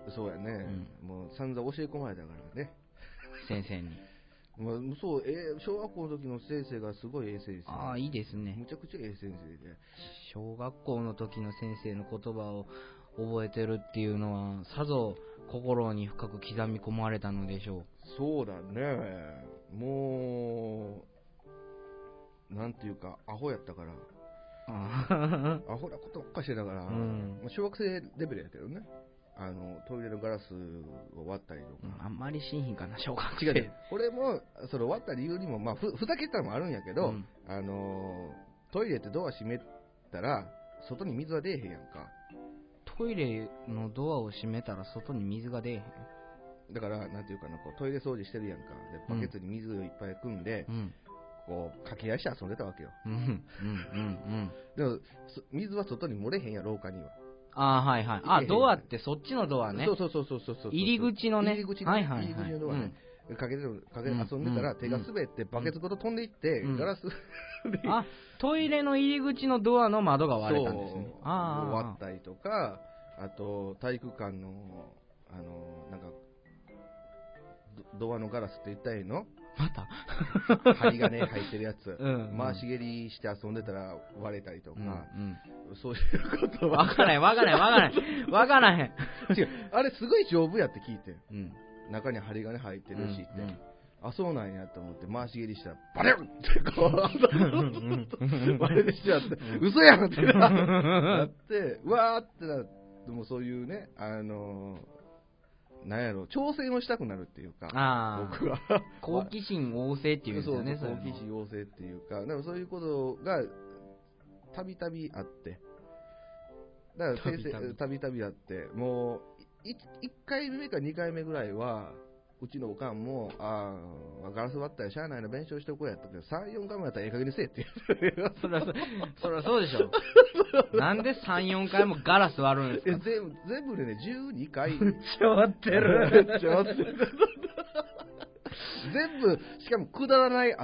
そうやね、もう散々教え込まれたからね。
先生に。
まあ、そう、えー小学校の時の先生がすごいええ先生。
ああ、いいですね
む。ちゃくちゃええ先生で。
小学校の時の先生の言葉を覚えてるっていうのは、さぞ心に深く刻み込まれたのでしょ
そうだね、もう、なんていうか、アホやったから、
う。あ
アホなことばっかりしてたから、
あうん。
まあ小学生レベルやけどね。あの、トイレのガラスを割ったりとか。
あんまりしんひんかな、小学生。
違うね。これも、その割った理由にも、まあ、ふ、ふざけたのもあるんやけど、
うん
あのー、トイレってドア閉めたら、外に水は出えへんやんか。
トイレのドアを閉めたら外に水が出えへん。
だから、なんていうかな、こう、トイレ掃除してるやんか。で、バケツに水をいっぱい汲んで、
うん。
こう、掛け合いして遊んでたわけよ。
うん。うん。うん。うん。
でも、そ水は外に漏れへんやん、廊下には。
ああ、はいはい。
い
あ、
や
ドアってそっちのドアね。
そうそうそうそうそうそう。
入り口のね。
入り口ね
はいはいはい。
入り口のドアねかけてる、かけ
う
て
ん
遊んでたら、
うん
手が滑って、バケツごと飛んでいって、
うん
ガラス
うんあ、トイレの入り口のドアの窓が割れたんですね
そう。終わ
あ
っ
あ。
たりとか、あと体育館の、あのなんか、ドドアのガラスって言ったらいいの
また。
針金入ってるやつ、
*laughs* うん
回し蹴りして遊んでたら割れたりと
う
か、
んうん。
そういうこと
わ
は、
からへん、わからへん、わからへん。わからへん。
違うあれ、すごい丈夫やって聞いて、
うん。
中に針金入ってるしって。
うんうん
あ、そうなんやと思って、回し蹴りしたら、バレンってこう、割れてきちゃって、嘘やんってななって、うわーってなって、もうそういうね、あのー、なんやろ、挑戦をしたくなるっていうか、
ああ。
僕は。
好奇心旺盛っていうんですよね、
そうそう
れ
好奇心旺盛っていうか、でもそういうことが、たびたびあって、だから先生、たびたびあって、もう、い1回目か2回目ぐらいは、うちのおかんも、ああ、ガラス割ったらしゃあないの勉強しておこうやったけど、3、4回目やったらええ加減にせえって言う
そりゃそう、そりゃそうでしょ。なんで3、4回もガラス割るんです
え
か
全部、全部でね、12回。
ちょってる。
ちょっと全部、しかもくだらない遊
*laughs*
び。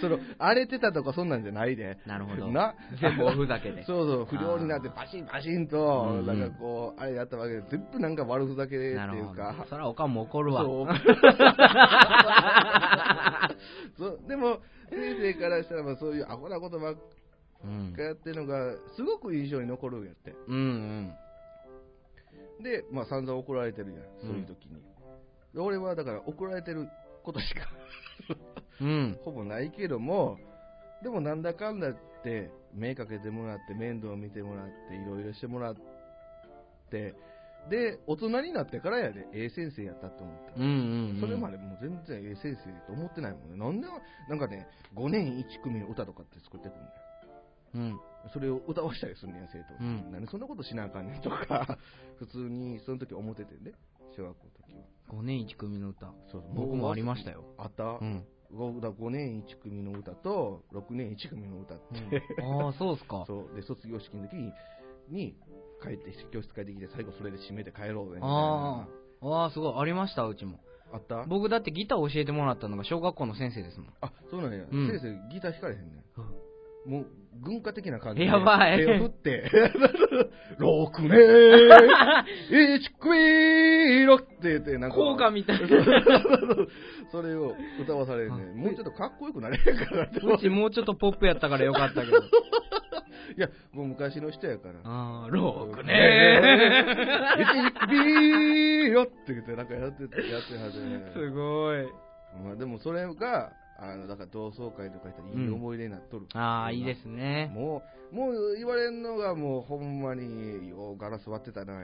その、荒れてたとかそんなんじゃないで。
なるほど。
な
全部おふざけで。
*laughs* そうそう、不良になって
あー
パシンパシンと、
うんうん
なんかこう、あれやったわけで、全部なんか悪ふざけでって
なる
い
ほ
う
ど
か。。
そりゃおかんも怒るわ。
そう。 *laughs* そうでも、先生からしたらばそういうアホなことばっか
うん。
やってるのが、すごく印象に残るんやって。
うんうん。
で、まあ、散々怒られてるやん、そういう時に。で俺はだから、怒られてることしか
うん。
ほぼないけども、でもなんだかんだって、目かけてもらって、面倒見てもらって、いろいろしてもらって、で、大人になってからやで、ええ先生やったと思った。
うんうん、うん。
それまでもう全然ええ先生と思ってないもんね。なんで、なんかね、5年1組の歌とかって作ってくるんだよ。
うん。
それを歌わしたりするねんや、生徒に。
うん
なんでそんなことしなあかんねんとか、 *laughs* 普通にその時思っててね、小学校の時は。
5年1組の歌。
そう
僕もありましたよ。
あった、
うん。
ごだ5年1組の歌と6年1組の歌って、
ああ、そうっすか。
*laughs* そうで卒業式の時にに帰って教室帰ってきて最後それで締めて帰ろうねみたい
あ
な
あ。ああ、すごい。ありました、うちも。
あった
僕だってギター教えてもらったのが小学校の先生ですもん。
あそうなんや、
うん
先生ギター弾かれへんねんもう軍歌的な感じで
やばい
手を振って *laughs* 「6年1組の」って言ってなんか
効果みたいな。
*laughs* それを歌わされるねんもうちょっとかっこよくなれへんからって
うちもうちょっとポップやったからよかったけ
*laughs*
ど。
いやもう昔の人やから
ああ、ロークね *laughs* *laughs*
一ビーよって言って、なんかやってて、やってはずね。
すごい。
まあでもそれが、あのだから同窓会とか行ったらいい思い出になっとる、
ああ、いいですね。
もう、もう言われんのが、もうほんまに、ようガラス割ってたな、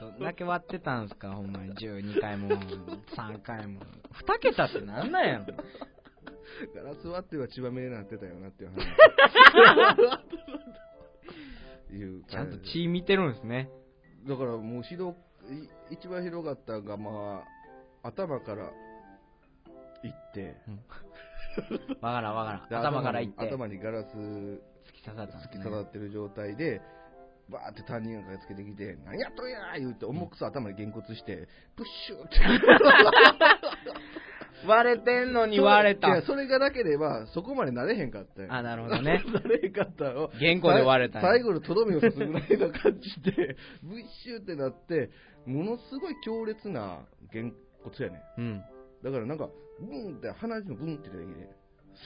どんだけ割ってたんすか、ほんまに。12回も、3回も。2桁ってなんなんやろ。
ガラス割っては血まみれになってたよなっていう話。いう
*laughs* ちゃんと
感じ
血見てるんですね。
だからもうひどい一番ひどかったんが、まあ、頭から行って、
わからんわか
で
らん。頭からい
に
って、突
頭にガラス
き刺さったんで
突
す
き
ね。
刺さってる状態で、バーって担任が駆けつけてきて、何やっとんやー言うて、重くそ頭にげんこつして、プッシューって。
*laughs* 割れてんのに割れた
い。やそれがなければ、そこまでなれへんかったんや。
あ、なるほどね
*laughs* なれへんかったよ。
原稿で割れたんや
最後のとどめを刺すぐらいの感じで、 *laughs* ブイッシューってなって、ものすごい強烈なげんこつやねん。
うん。
だからなんか、ブンって鼻血もブンって出てきて、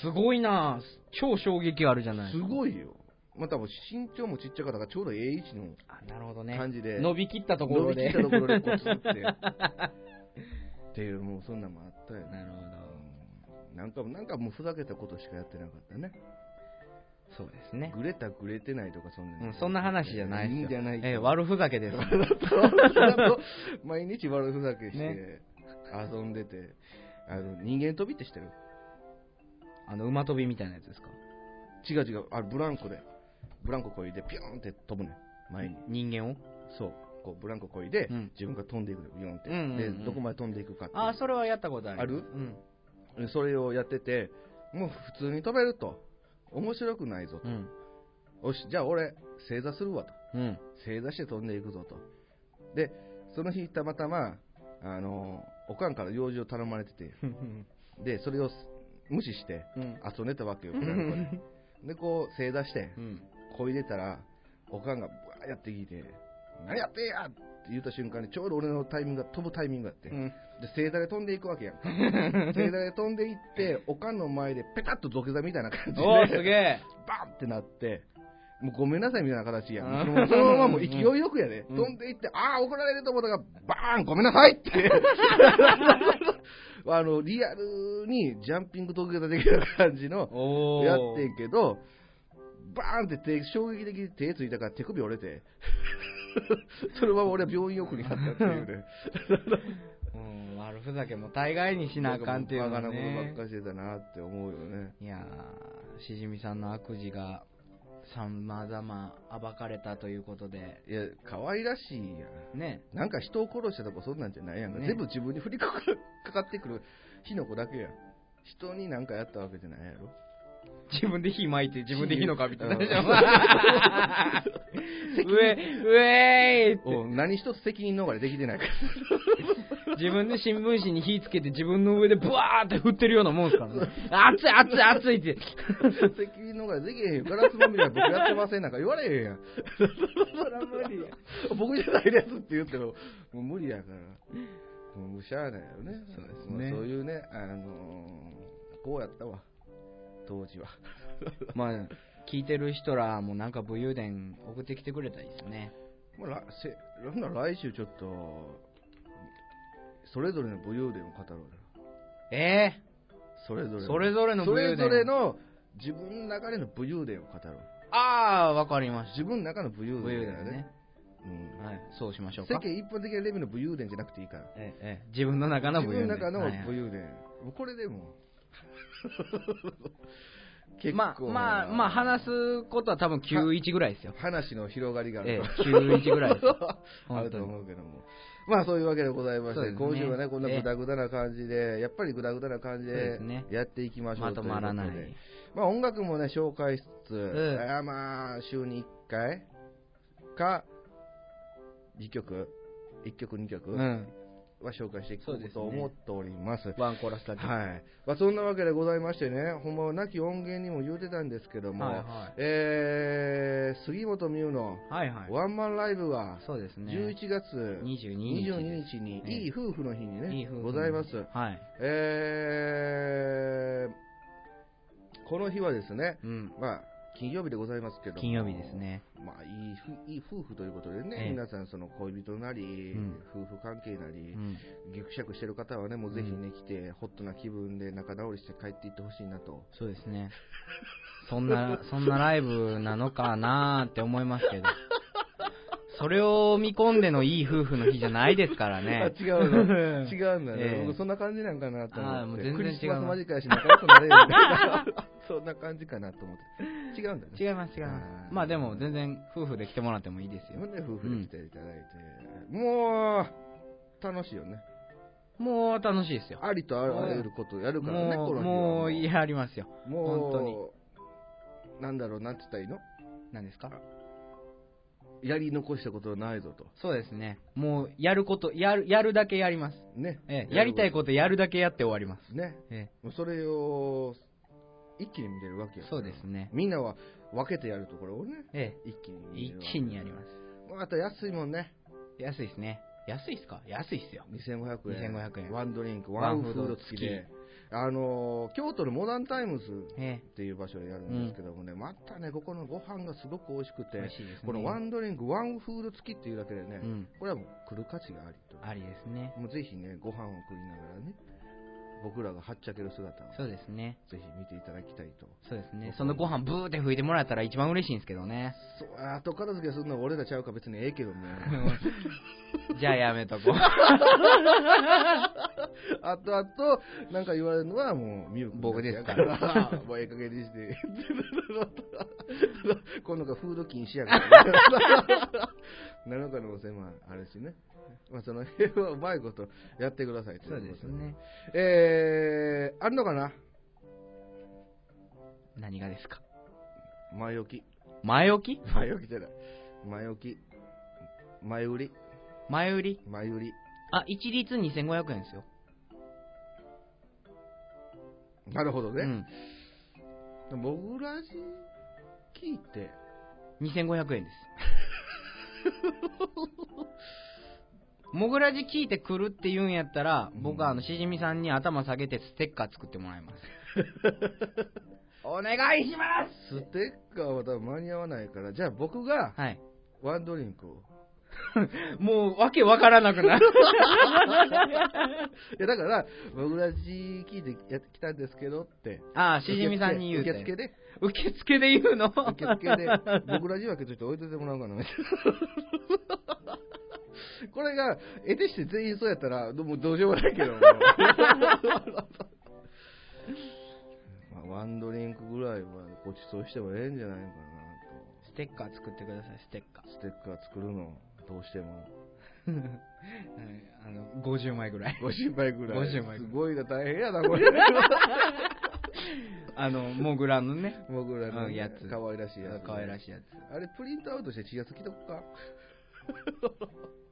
すごいなぁ超衝撃あるじゃない
すごいよ。まあ、多分身長もちっちゃかったから、ちょうどええ位置の
あなるほどね。
感じで
伸びきったところ
伸びき
で。
ったところでこう
*laughs*
つって。っていう、もうそんなんもあったよね。
なるほ
うんなんかも、なんかもうふざけたことしかやってなかったね。
ど。そうですね。
ぐれたぐれてないとかそんな
うん、そんな話じゃないです
ん
よ。
じゃない
ええ悪ふざけ
*laughs*
です。
毎日悪ふざけして、
ね
遊んでて。あの、人間飛びって知ってる
あの、馬跳びみたいなやつですか
違う違う、あれブランコで。ブランコこいで、ピューンって飛ぶねん前に。
人間を
そう。こう、ブランコこいで、
うん
自分が飛んでいくの、ビヨンって、
うんうんうん
で、どこまで飛んでいくかっていう。
ああ、それはやったことある。
ある
うん。
でそれをやってて、もう普通に飛べると。面白くないぞと。
うん。
よし、じゃあ俺、正座するわと。
うん。
正座して飛んでいくぞと。で、その日たまたま、あの、おかんから用事を頼まれてて、で、それを無視して
うん。
遊んでたわけよ、
う
ブランコ
ん。 *laughs*
で。で、こう正座して
う、ん。
こいでたら、おかんがブワーやってきて、何やってんやって言った瞬間に、ちょうど俺のタイミングが飛ぶタイミングがあって、
うん。
で、正座で飛んでいくわけや
*laughs*
んか。正座で飛んでいって、おかんの前でペタッと土下座みたいな感じで、
おー、すげえ。
バーンってなって、もうごめんなさいみたいな形や
うん
ん。もうそのままもう勢いよくやで、
うん
飛んでいって、ああ、怒られると思ったが、バーン、ごめんなさいって。 *laughs* あの、リアルにジャンピング土下座できる感じの、
おー。
やってんけど、バーンって手衝撃的に手ついたから手首折
*laughs*
れて、そのまま俺は病院送りになったっていうね。
うん、悪ふざけも大概にしなあかんっていうの
バ
は
カなことば
ね
っか。りしてたなって思うよね。
いやー、しじみさんの悪事が、さまざま暴かれたということで、
いや、可愛らしいや
*laughs*
ん。
ね。
なんか人を殺したとかそんなんじゃないやんか、
ね
全部自分に降りかかかかってくる火の粉だけやん人に何かやったわけじゃないやろ
自分で火巻いて、自分で火のカビってなるじゃん。
う
うん *laughs* え、うえーいって。
お何一つ責任逃れできてないから
自分で新聞紙に火つけて、自分の上でブワーって振ってるようなもんですからね。 *laughs* 熱い熱い熱いって。
*laughs* 責任逃れできへんよガラスまみれは僕やってませんなんか言われへんやん僕じゃないですって言ってももう無理やからもうしゃあないよね
そうですね
まあそういうねあのーこうやったわ当時は
*laughs*
*laughs*
まあ、聞いてる人らもなんか武勇伝送ってきてくれたらいいですね。
まあ、らせほんなら来週ちょっとそれぞれの武勇伝を語ろうよ
ええ
それぞれの
それぞれの
そ
武勇
れ
伝
ぞれの自分の中での武勇伝を語ろう
あー、わかりました。
自分の中の武勇
武
伝
勇
だ
伝
よ
ね
ね
ね。はい、そうしまし
う
ょ
ん、
う
世
か
間。一般的なレベルの武勇伝じゃなくていいから
ええ、自分の中の
自
武
分
勇伝。
の中の
はいはい
武勇伝、もうこれ
*laughs*
でも
まあ、まあ、まあ、話すことは多分91ぐらいですよ。
話の広がりがあ
え
る
え、91ぐらいです。
*laughs* あ
本
ると
当に
思。うけども。まあそういうわけでございまし
そう
て、
ですね
今週はね、こんな
ええ
ぐだぐだな感じで、やっぱりぐだぐだな感じ
そうで
です
ね
やっていきましょう
まとまらな
とうこと
い
で。まあ音楽もね、紹介しつつ、
ん
あーまあ、週に1回か、2曲、1曲2曲
う
は
ん。
紹介していこ
そう
う
ですね
と思っております。
ワンコーラスだけ。
はい。まあそんなわけでございましてね、ほんまは亡き音源にも言うてたんですけども、
はいはい
えー、杉本美優の
はいはい。
ワンマンライブが、
そうですね。
11月
22日
22日に、
ね
いい夫婦の日にね、
いい夫婦
ございます。
はい。
えー、この日はですね、
うん。
まあ、金曜日でございますけども
金曜日ですね
まあいいふいい夫婦ということでね、
ええ
皆さんその恋人なり、
うん
夫婦関係なり、
うん
ぎくしゃくしてる方はねもうぜひね、来てホットな気分で仲直りして帰っていってほしいなと
そうです
*laughs*
ね。そんな、そんなライブなのかなーって思います
*laughs*
けど。それを見込んでのいい夫婦の日じゃないですからね。
あ違
*laughs*
うの違うんだね、
ええ
僕そんな感じなんかなと
ああも
思っ
う
て
全然
クリス
違
マ
う
ス間近やし仲良くなれるみたいなそんな感じかなと
*laughs*
思って違うんだね
違います、違いま
あ
す。
ー
まあでも、全然夫婦で来てもらってもいいです
自分
よ。
で夫婦で来ていただいて、もう楽しいよね
もう楽しいですよ。
ありとあらゆることやるからね
も
この
う、
日は
もう、やりますよ。
もう
本当に
なんだろうなんて言ったらいいの
何ですか
やり残したことはないぞと
そうですね。もう、やること、やる、やるだけやります。
ね
ええ、やりたいことやるだけやって終わります。
ね
え
もうそれを一気に見れるわけ
え
よ、
そうですね。
みんなは分けてやるところをね
え
一気に
え、
見れ
一
る
気にやります。
まあと安いもんね
安いですね。安いっすか安いっすよ。
2500円
2500円
ワンドリンク
ワ
ワ
ン
ン
フー
フー
ド
ド付きであのー京都のモダンタイムズ
ええ、
っていう場所でやるんですけどもね、またね、ここのご飯がすごく美味しくて、
美味しいですね。
このワンドリンク、ワンフード付きっていうだけでね、
うん、
これはもう来る価値がありと。
ありですね。
もうぜひね、ご飯を食いながらね、僕らがはっちゃける姿を
そうですね。
ぜひ見ていただきたいと。
そうですね。そのご飯ブーって拭いてもらえたら一番嬉しいんですけど *laughs* ね。
そう、あと片付けするのは俺らちゃうか別にええけどね。
じゃあやめとこ
あとあと、なんか言われるのはもう、ミュウ君
僕です
や
か
からら、もうええ加減にして。 *laughs* 今度がフード禁止やから。7日の汚染もあれしね。まあその辺はうまいことやってくださいと
う。
い
そう
こと
です。ね。
えー、あるのかな
何がですか
前置き。
前置き
前置きじゃない。前置き。前売り。
前売り
前売り。
あ、一律2500円ですよ。
なるほど
う
ね。
ん。
僕らじ聞いて、
2500円 *laughs* です。モグラジ聞いてくるって言うんやったら、僕はあの、しじみさんに頭下げてステッカー作ってもらいます。お願いしま
ステッカーは多分間に合わないから、じゃあ僕が
す *laughs* はい。
ワンドリンクを。
もう、わけわからなく *laughs* なる。
いやだから、僕らじ聞いてやってきたんですけどって。
ああ、しじみさんに言うて。
受付で、
受付で言うの
受付
*laughs*
で、僕らじ分けといて置いといてもらおうかなみたいな。 *laughs* これが、得てして全員そうやったら、どうもどうしようもないけど *laughs* も。まあ、ワンドリンクぐらいはごちそうしてもええんじゃないかな
ステッカー作ってください、ステッカー
と。。ステッカー作るの、どうしても。
*laughs* あの、50枚ぐらい。
ご心配ぐらい。
50枚
すごいが大変や
*laughs*
な、これ。
あの、モグラのね、
僕らの、
うんやつ
可愛らしいやつ。
可愛ら
い。
しいやつ。
あれ、プリントアウトして T シャツ着とくか。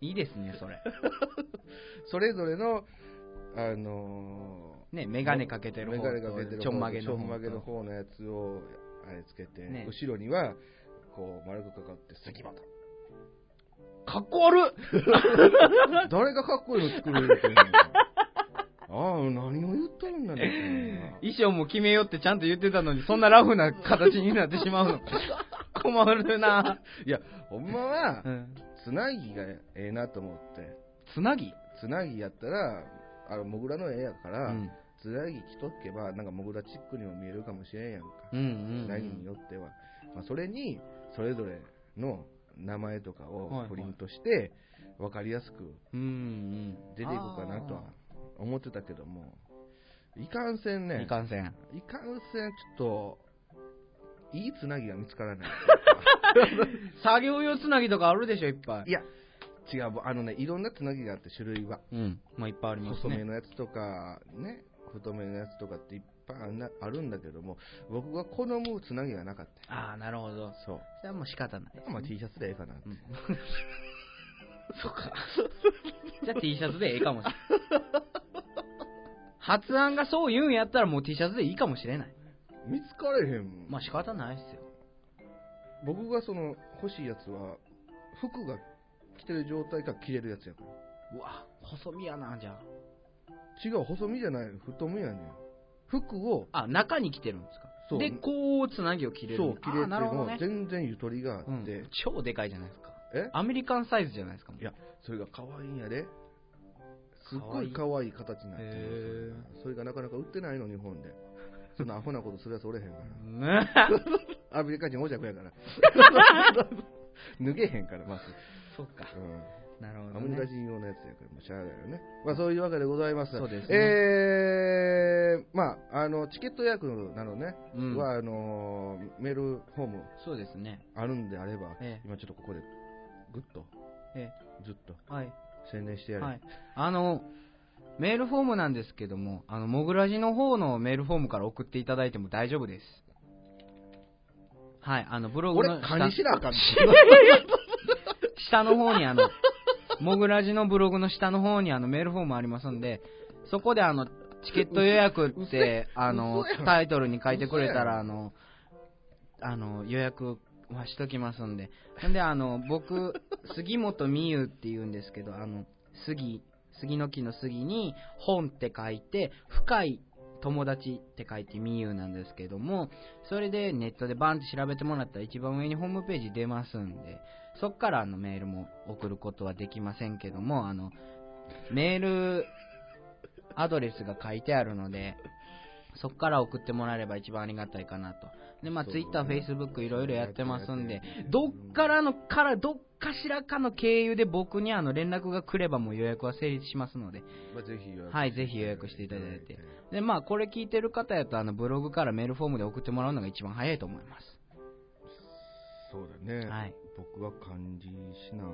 いいですね、そ *laughs* れ。
それぞれの、あのー
ね、メガネかけてる
メ
方
ガネかけて
と、
る
ちょんまげ
ちょ
の方
んまげの
と。
方のやつを、あれつけて、
ね
後ろには、こう、丸くかかって、
*laughs*
関バタ。
かっこ悪っ
誰がかっ *laughs* こいいの作る言うてんのああ、何を言っとるんだね。
衣装も決めようってちゃんと言ってたのに、そんなラフな形になってしま *laughs* うの。困るな、
いや、ほんま
*laughs*
は
う、ん、
つなぎがええなと思って、
つなぎ、
つなぎやったら、あの、モグラの絵やか
う
ら、
ん、
つなぎ着とけば、なんかモグラチックにも見えるかもしれんやんか。
うんうん、
つなぎによっては、まあ、それにそれぞれの名前とか
はいは
を
い
プリントして分かりやすく
うんうん、
出ていくかなとは思ってたけどもいかんせん
あー。
ね
いかんせん。
いかんせんちょっといいつなぎが見
*laughs*
つからない
作業用つなぎとかあるでしょ、いっぱい。
いや違うあのねいろんなつなぎがあって種類は
うん、まあいっぱいあります
細め
ね。
のやつとかね太めのやつとかっていっぱいあんなあるんだけども僕が好むつなぎがなかった
ああ、なるほど。
そう
それはもう仕方ないですね、
まあ T シャツでええかなって、
うんそっか。じゃあ T シャツでええかもしれない。発案がそう言うんやったらもう T シャツでいいかもしれない。
見つかれへんもん
まあ仕方ないっすよ。
僕がその欲しいやつは服が着てる状態から着れるやつやから
うわ、細身やな、じゃあ。
違う細身じゃない太めやねん服を
あ、中に着てるんですか
そう
で、こう、つなぎを切れる
そう、切
あ
れ
ー
て
なるほど
も
ね。
全然ゆとりがあって、
うん超でかいじゃないですか。
え
アメリカンサイズじゃないですか。もう
いや、それが可愛いんやで。すっごい可愛い形になってる
へ。
それがなかなか売ってないの、日本で。そんなアホなことするやつおれへんか
ね
ら。アメリカ人おじゃく
*laughs*
やから。脱げへんから、まず。
*laughs* そっか。
う
なるほ
ん。
ど、
ア
ね。
メリカ人用のやつやから、もうしゃあないよね。まあ、そういうわけでございます。
そうですね
えー、まあ、あの、チケット予約なのね、
うん
は、あのー、メールフォーム
そうですね。
あるんであれば、
ええ
今ちょっとここで、ぐっと、
え
ずっと、
えはい。
宣伝してやる。
はい。あの、メールフォームなんですけども、あの、モグラジの方のメールフォームから送っていただいても大丈夫です。はい、あの、ブログ
俺
の、下
カニしな
*laughs*
あかんの。
下の方にあの、モグラジのブログの下の方にあのメールフォームありますんで、そこであの、チケット予約って、あの
嘘や、ん
タイトルに書いてくれたら、あ
嘘
の、あの、予約はしときますんで。ほんで、あの、僕、杉本美優って言うんですけど、あの、杉、杉の木の杉に、本って書いて、深い友達って書いてみゆうなんですけども、それでネットでバンって調べてもらったら一番上にホームページ出ますんで、そっからあのメールも送ることはできませんけども、あの、メールアドレスが書いてあるので、そっから送ってもらえれば一番ありがたいかなと。で、まあ、
そうね
Twitter、Facebook いろいろやってますん
や
で
ってるやって、る
どっからの、から、どっかしらかの経由で僕にあの連絡が来ればもう予約は成立しますので、
まあ、ぜひ予約
はい、ぜひ予約していただいて。で、まあ、これ聞いてる方やと、あの、ブログからメールフォームで送ってもらうのが一番早いと思います。
そうだね。
はい
僕は漢字しな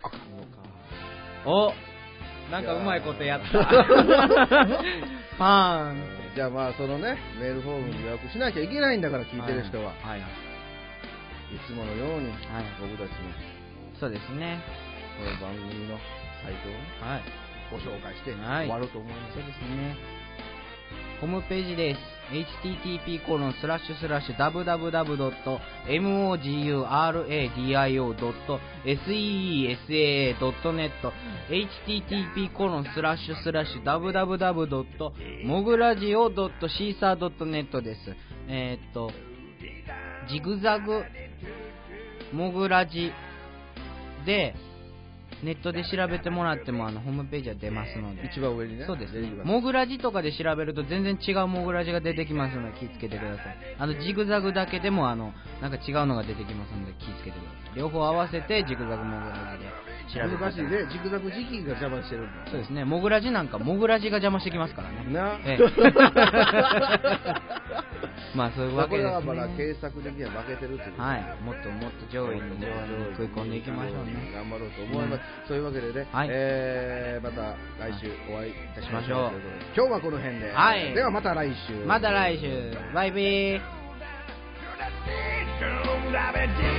あかんのか。
おなんかうまいことやった。 *laughs* パーンって。
じゃあまあ、そのね、メールフォームに予約しなきゃいけないんだから、聞いてる人は。い
はいはい。
つものように、
はい
僕たちの
そうですね。
この番組のサイトをね
はい。
ご紹介して
はい
終わろうと思います。
そうですね。ホームページです。http://www.moguradio.seesaa.net http://www.mogradio.caesar.net です。えーっと、ジグザグモグラジで、ネットで調べてもらってもあのホームページは出ますので。
一番上にね。
そうです
出て
ね
き。ます
モグラジとかで調べると全然違うモグラジが出てきますので気をつけてください。あのジグザグだけでもあのなんか違うのが出てきますので気をつけてください。両方合わせてジグザグモグラジで調べてくだ
難
さ
し
い。
いね。ジグザグ時期が邪魔してるんだ。
そうですね。モグラジなんかモグラジが邪魔してきますからね。
な
ええまあ *laughs* そういうわ
だ
けです
か *laughs* ら、まだ
ね。
検索的には負けてるってこと
はい。もっともっと上位に上位に食い込んでいきましょうね。
頑張ろうと思います。そういうわけでね、
はい
えーまた来週お会いいたしましょ
し
う
ましょう。
今日はこの辺で。
はい
ではまた来週。
また来週。バイビー。
You're the seed, you're the baby.